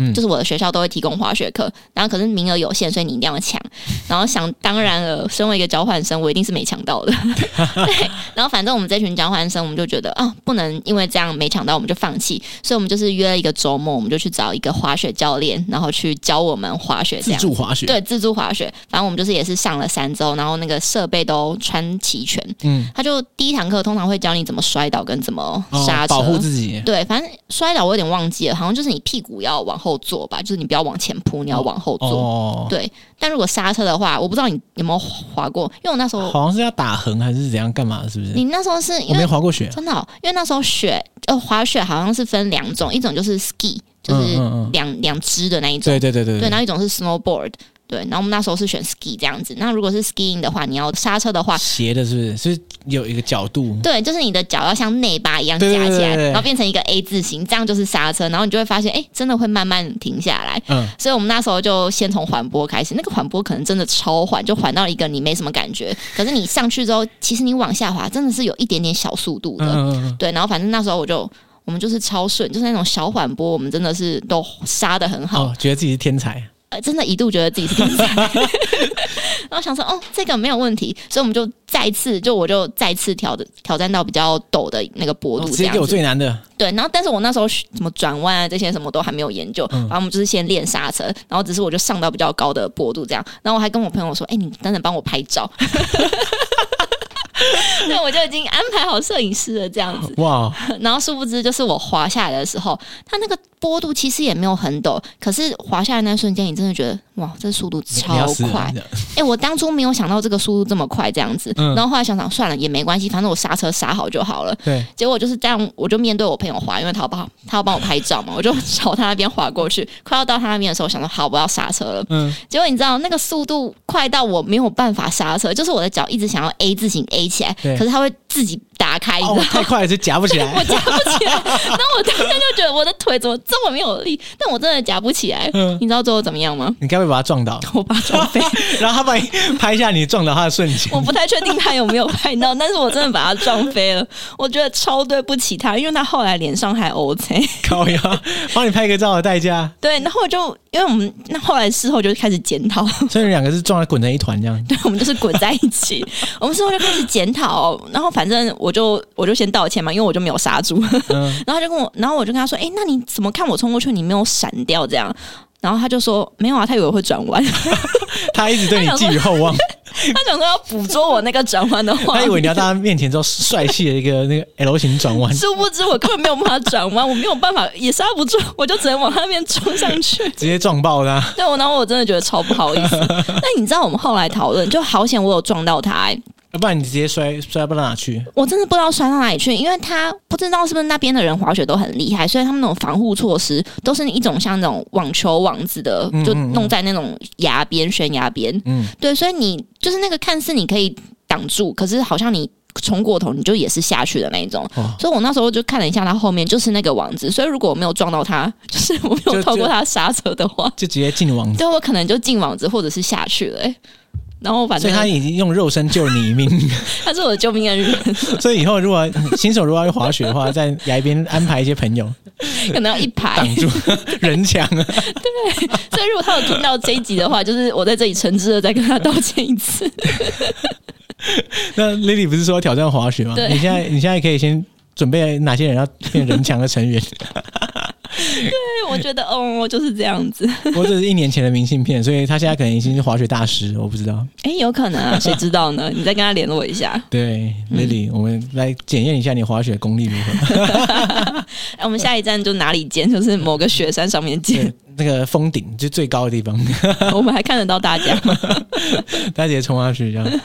A: 嗯
B: 就是我的学校都会提供滑雪课，然后可是名额有限，所以你一定要抢。然后想当然了，身为一个交换生，我一定是没抢
A: [laughs]
B: 到的。对，然后反正我们这群交换生，我们就觉得啊，不能因为这样没抢到我们就放弃，所以我们就是约了一个周末，我们就去找一个滑雪教练，然后去教我们滑雪这
A: 自
B: 样。
A: 助滑雪。，
B: 对，自助滑雪，反正我们就是也是上了三周，然后那个设备都穿齐全。
A: 嗯，
B: 他就第一堂课通常会教你怎么摔倒跟怎么
A: 哦
B: 刹车，
A: 保护自己。
B: 对，反正摔倒我有点忘记了，好像就是你屁股要往后坐吧，就是你不要往前扑，你要往后坐。
A: 哦，
B: 对，但如果刹车的话，我不知道你有没有滑过，因为我那时候
A: 好像是要打横还是怎样干嘛？是不是？
B: 你那时候是因
A: 我没
B: 为
A: 滑过雪。啊
B: 真的哦、因为那时候雪呃滑雪好像是分两种，一种就是 ski，就
A: 嗯
B: 是
A: 嗯嗯
B: 两两只的那一种，
A: 对对对对
B: 对，然，后一种是 snowboard。对，然后我们那时候是选 ski 这样子。那如果是 skiing 的话，你要刹车的话，
A: 斜的是不是？是有一个角度。
B: 对，就是你的脚要像内八一样夹
A: 对
B: 起
A: 对
B: 来，
A: 对对对
B: 然后变成一个 A 字形，这样就是刹车。然后你就会发现，哎，真的会慢慢停下来。
A: 嗯，
B: 所以我们那时候就先从缓坡开始，那个缓坡可能真的超缓，就缓到一个你没什么感觉。可是你上去之后，其实你往下滑真的是有一点点小速度
A: 嗯
B: 的，
A: 嗯嗯嗯，
B: 对。然后反正那时候我就我们就是超顺，就是那种小缓坡，我们真的是都刹的很好，
A: 哦，觉得自己是天才。
B: 呃，真的一度觉得自己是天才。
A: [laughs]
B: 然后想说，哦，这个没有问题，所以我们就再次，就我就再次挑的挑战到比较陡的那个坡
A: 哦
B: 度，
A: 直
B: 这
A: 接
B: 样
A: 给
B: 子。
A: 我最难的。
B: 对，然后但是我那时候学什么转弯啊这些什么都还没有研究，
A: 嗯
B: 然后我们就是先练刹车，然后只是我就上到比较高的坡度这样，然后我还跟我朋友说，哎、你等等帮我拍照。 [laughs] 对，我就已经安排好摄影师了这样子，
A: 哇，
B: 然后殊不知就是我滑下来的时候，它那个坡度其实也没有很陡，可是滑下来那瞬间，你真的觉得哇，这速度
A: 你你
B: 超
A: 要啊死
B: 快
A: 了！这样
B: 哎、我当初没有想到这个速度这么快这样子，
A: 嗯
B: 然后后来想想算了也没关系，反正我刹车刹好就好了。
A: 对，
B: 结果就是这样，我就面对我朋友滑，因为他要帮他要帮我拍照嘛，我就 [laughs] 朝他那边滑过去。快要到他那边的时候，我想说好，我要刹车了。
A: 嗯，
B: 结果你知道那个速度快到我没有办法刹车，就是我的脚一直想要 A 字形 A 起来，
A: 对
B: 可是它会自己打哎开，你知道
A: 哦，
B: 吗？
A: 太快了，就夹不起来
B: [laughs] 我。夹不起来。然后我当时就觉得我的腿怎么这么没有力，但我真的夹不起来。
A: 嗯
B: 你知道最后怎么样吗？
A: 你该不会把它撞倒？
B: [laughs] 我把它撞飞，
A: [laughs] 然后他把你拍下你撞倒他的瞬间
B: 我，不太确定他有没有拍到，但是我真的把他撞飞了。我觉得超对不起他，因为他后来脸上还 O C。
A: 高腰帮你拍个照的代价。
B: [laughs] 对，然后我就因为我们那后来事后就开始检讨， [laughs]
A: 所以你们两个是撞得滚成一团这样。
B: 对，我们就是滚在
A: [laughs]
B: 一起。我们事后就开始检讨，然后反正我就我就先道歉嘛，因为我就没有刹住。
A: 嗯，
B: [laughs] 然后他就跟我，然后我就跟他说：“哎、那你怎么看我冲过去，你没有闪掉这样？”然后他就说：“没有啊，他以为我会转弯，
A: 他一直对你寄予厚
B: [laughs]
A: 望，
B: 他想说要捕捉我那个转弯的话。”
A: 他以为你要
B: [laughs]
A: 到他面前之后帅气的一个那个 L 型转弯，
B: 殊不知我根本没有办法转弯，我没有办法也刹不住， [laughs] 我就只能往他那边冲上
A: [laughs]
B: 去。
A: 直接撞爆他。
B: 对，我然后我真的觉得超不
A: [laughs]
B: 好意思。但你知道我们后来讨论，就好险我有撞到他、欸，
A: 要不然你直接摔摔不到哪去。
B: 我真的不知道摔到哪里去，因为他不知道是不是那边的人滑雪都很厉害，所以他们那种防护措施都是一种像那种网球网子的
A: 嗯嗯，
B: 就弄在那种崖边、悬崖边。
A: 嗯
B: 对，所以你就是那个看似你可以挡住，可是好像你冲过头，你就也是下去的那一种。
A: 哦
B: 所以我那时候就看了一下他后面就是那个网子，所以如果我没有撞到他，就是我没
A: 就
B: 有透过他刹车的话，
A: 就直接进网子，
B: 对我可能就进网子或者是下去了、欸。然后反
A: 所
B: 正
A: 以他已经用肉身救你一命。 [laughs]
B: 他是我的救命恩人，
A: 所以以后如果嗯新手如果要去滑雪的话，在崖边安排一些朋友
B: 可能要一排
A: 挡。住 [laughs] 人墙啊。
B: 所以如果他有听到这一集的话，就是我在这里诚挚的再跟他道歉一次。 [laughs]
A: [laughs] 那 Lily 不是说要挑战滑雪吗？
B: 对
A: 你现在你现在可以先准备哪些人要变人墙的成
B: [laughs]
A: 员？
B: 对，我觉得哦，就是这样子。
A: 不过这是一年前的明信片，所以他现在可能已经是滑雪大师，我不知道。
B: 哎，有可能啊，谁知道呢？你再跟他联络一下。
A: 对，Lily，、我
B: 嗯
A: 们来检验一下你滑雪功力如
B: [laughs]
A: 何。
B: 哎我们下一站就哪里见？ [laughs] 就是某个雪山上面见
A: 对。，那个峰顶就最高的地方， [laughs]
B: [laughs] 我们还看得到大家吗？
A: 大家直接冲下去这样。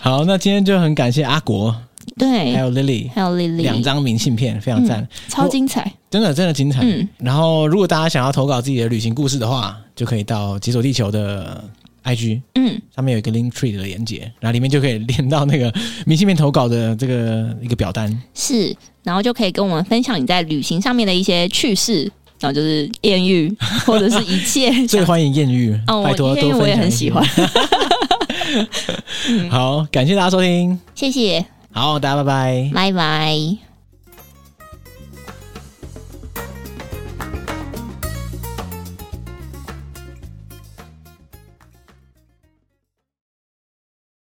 A: 好，那今天就很感谢阿国还
B: [laughs] 对，
A: 有 Lily
B: 还有丽丽，
A: 两张明信片，非常赞。
B: 超精彩。
A: 真的真的精彩。
B: 嗯
A: 然后，如果大家想要投稿自己的旅行故事的话，就可以到解锁地球的 IG
B: 嗯，
A: 上面有一个 Link Tree 的连接，然后里面就可以连到那个 [laughs] 明信片投稿的这个一个表单。
B: 是，然后就可以跟我们分享你在旅行上面的一些趣事，然后就是艳遇或者是一切
A: [laughs]
B: 想。
A: 最欢迎艳遇，
B: 哦，
A: 拜托
B: 我艳遇
A: 多
B: 我
A: 分
B: 也
A: 享
B: 很
A: 一
B: 喜
A: 些
B: 欢。， [laughs]
A: [laughs] 好，感谢大家收听，
B: 谢谢，
A: 好，大家拜拜。
B: 拜拜。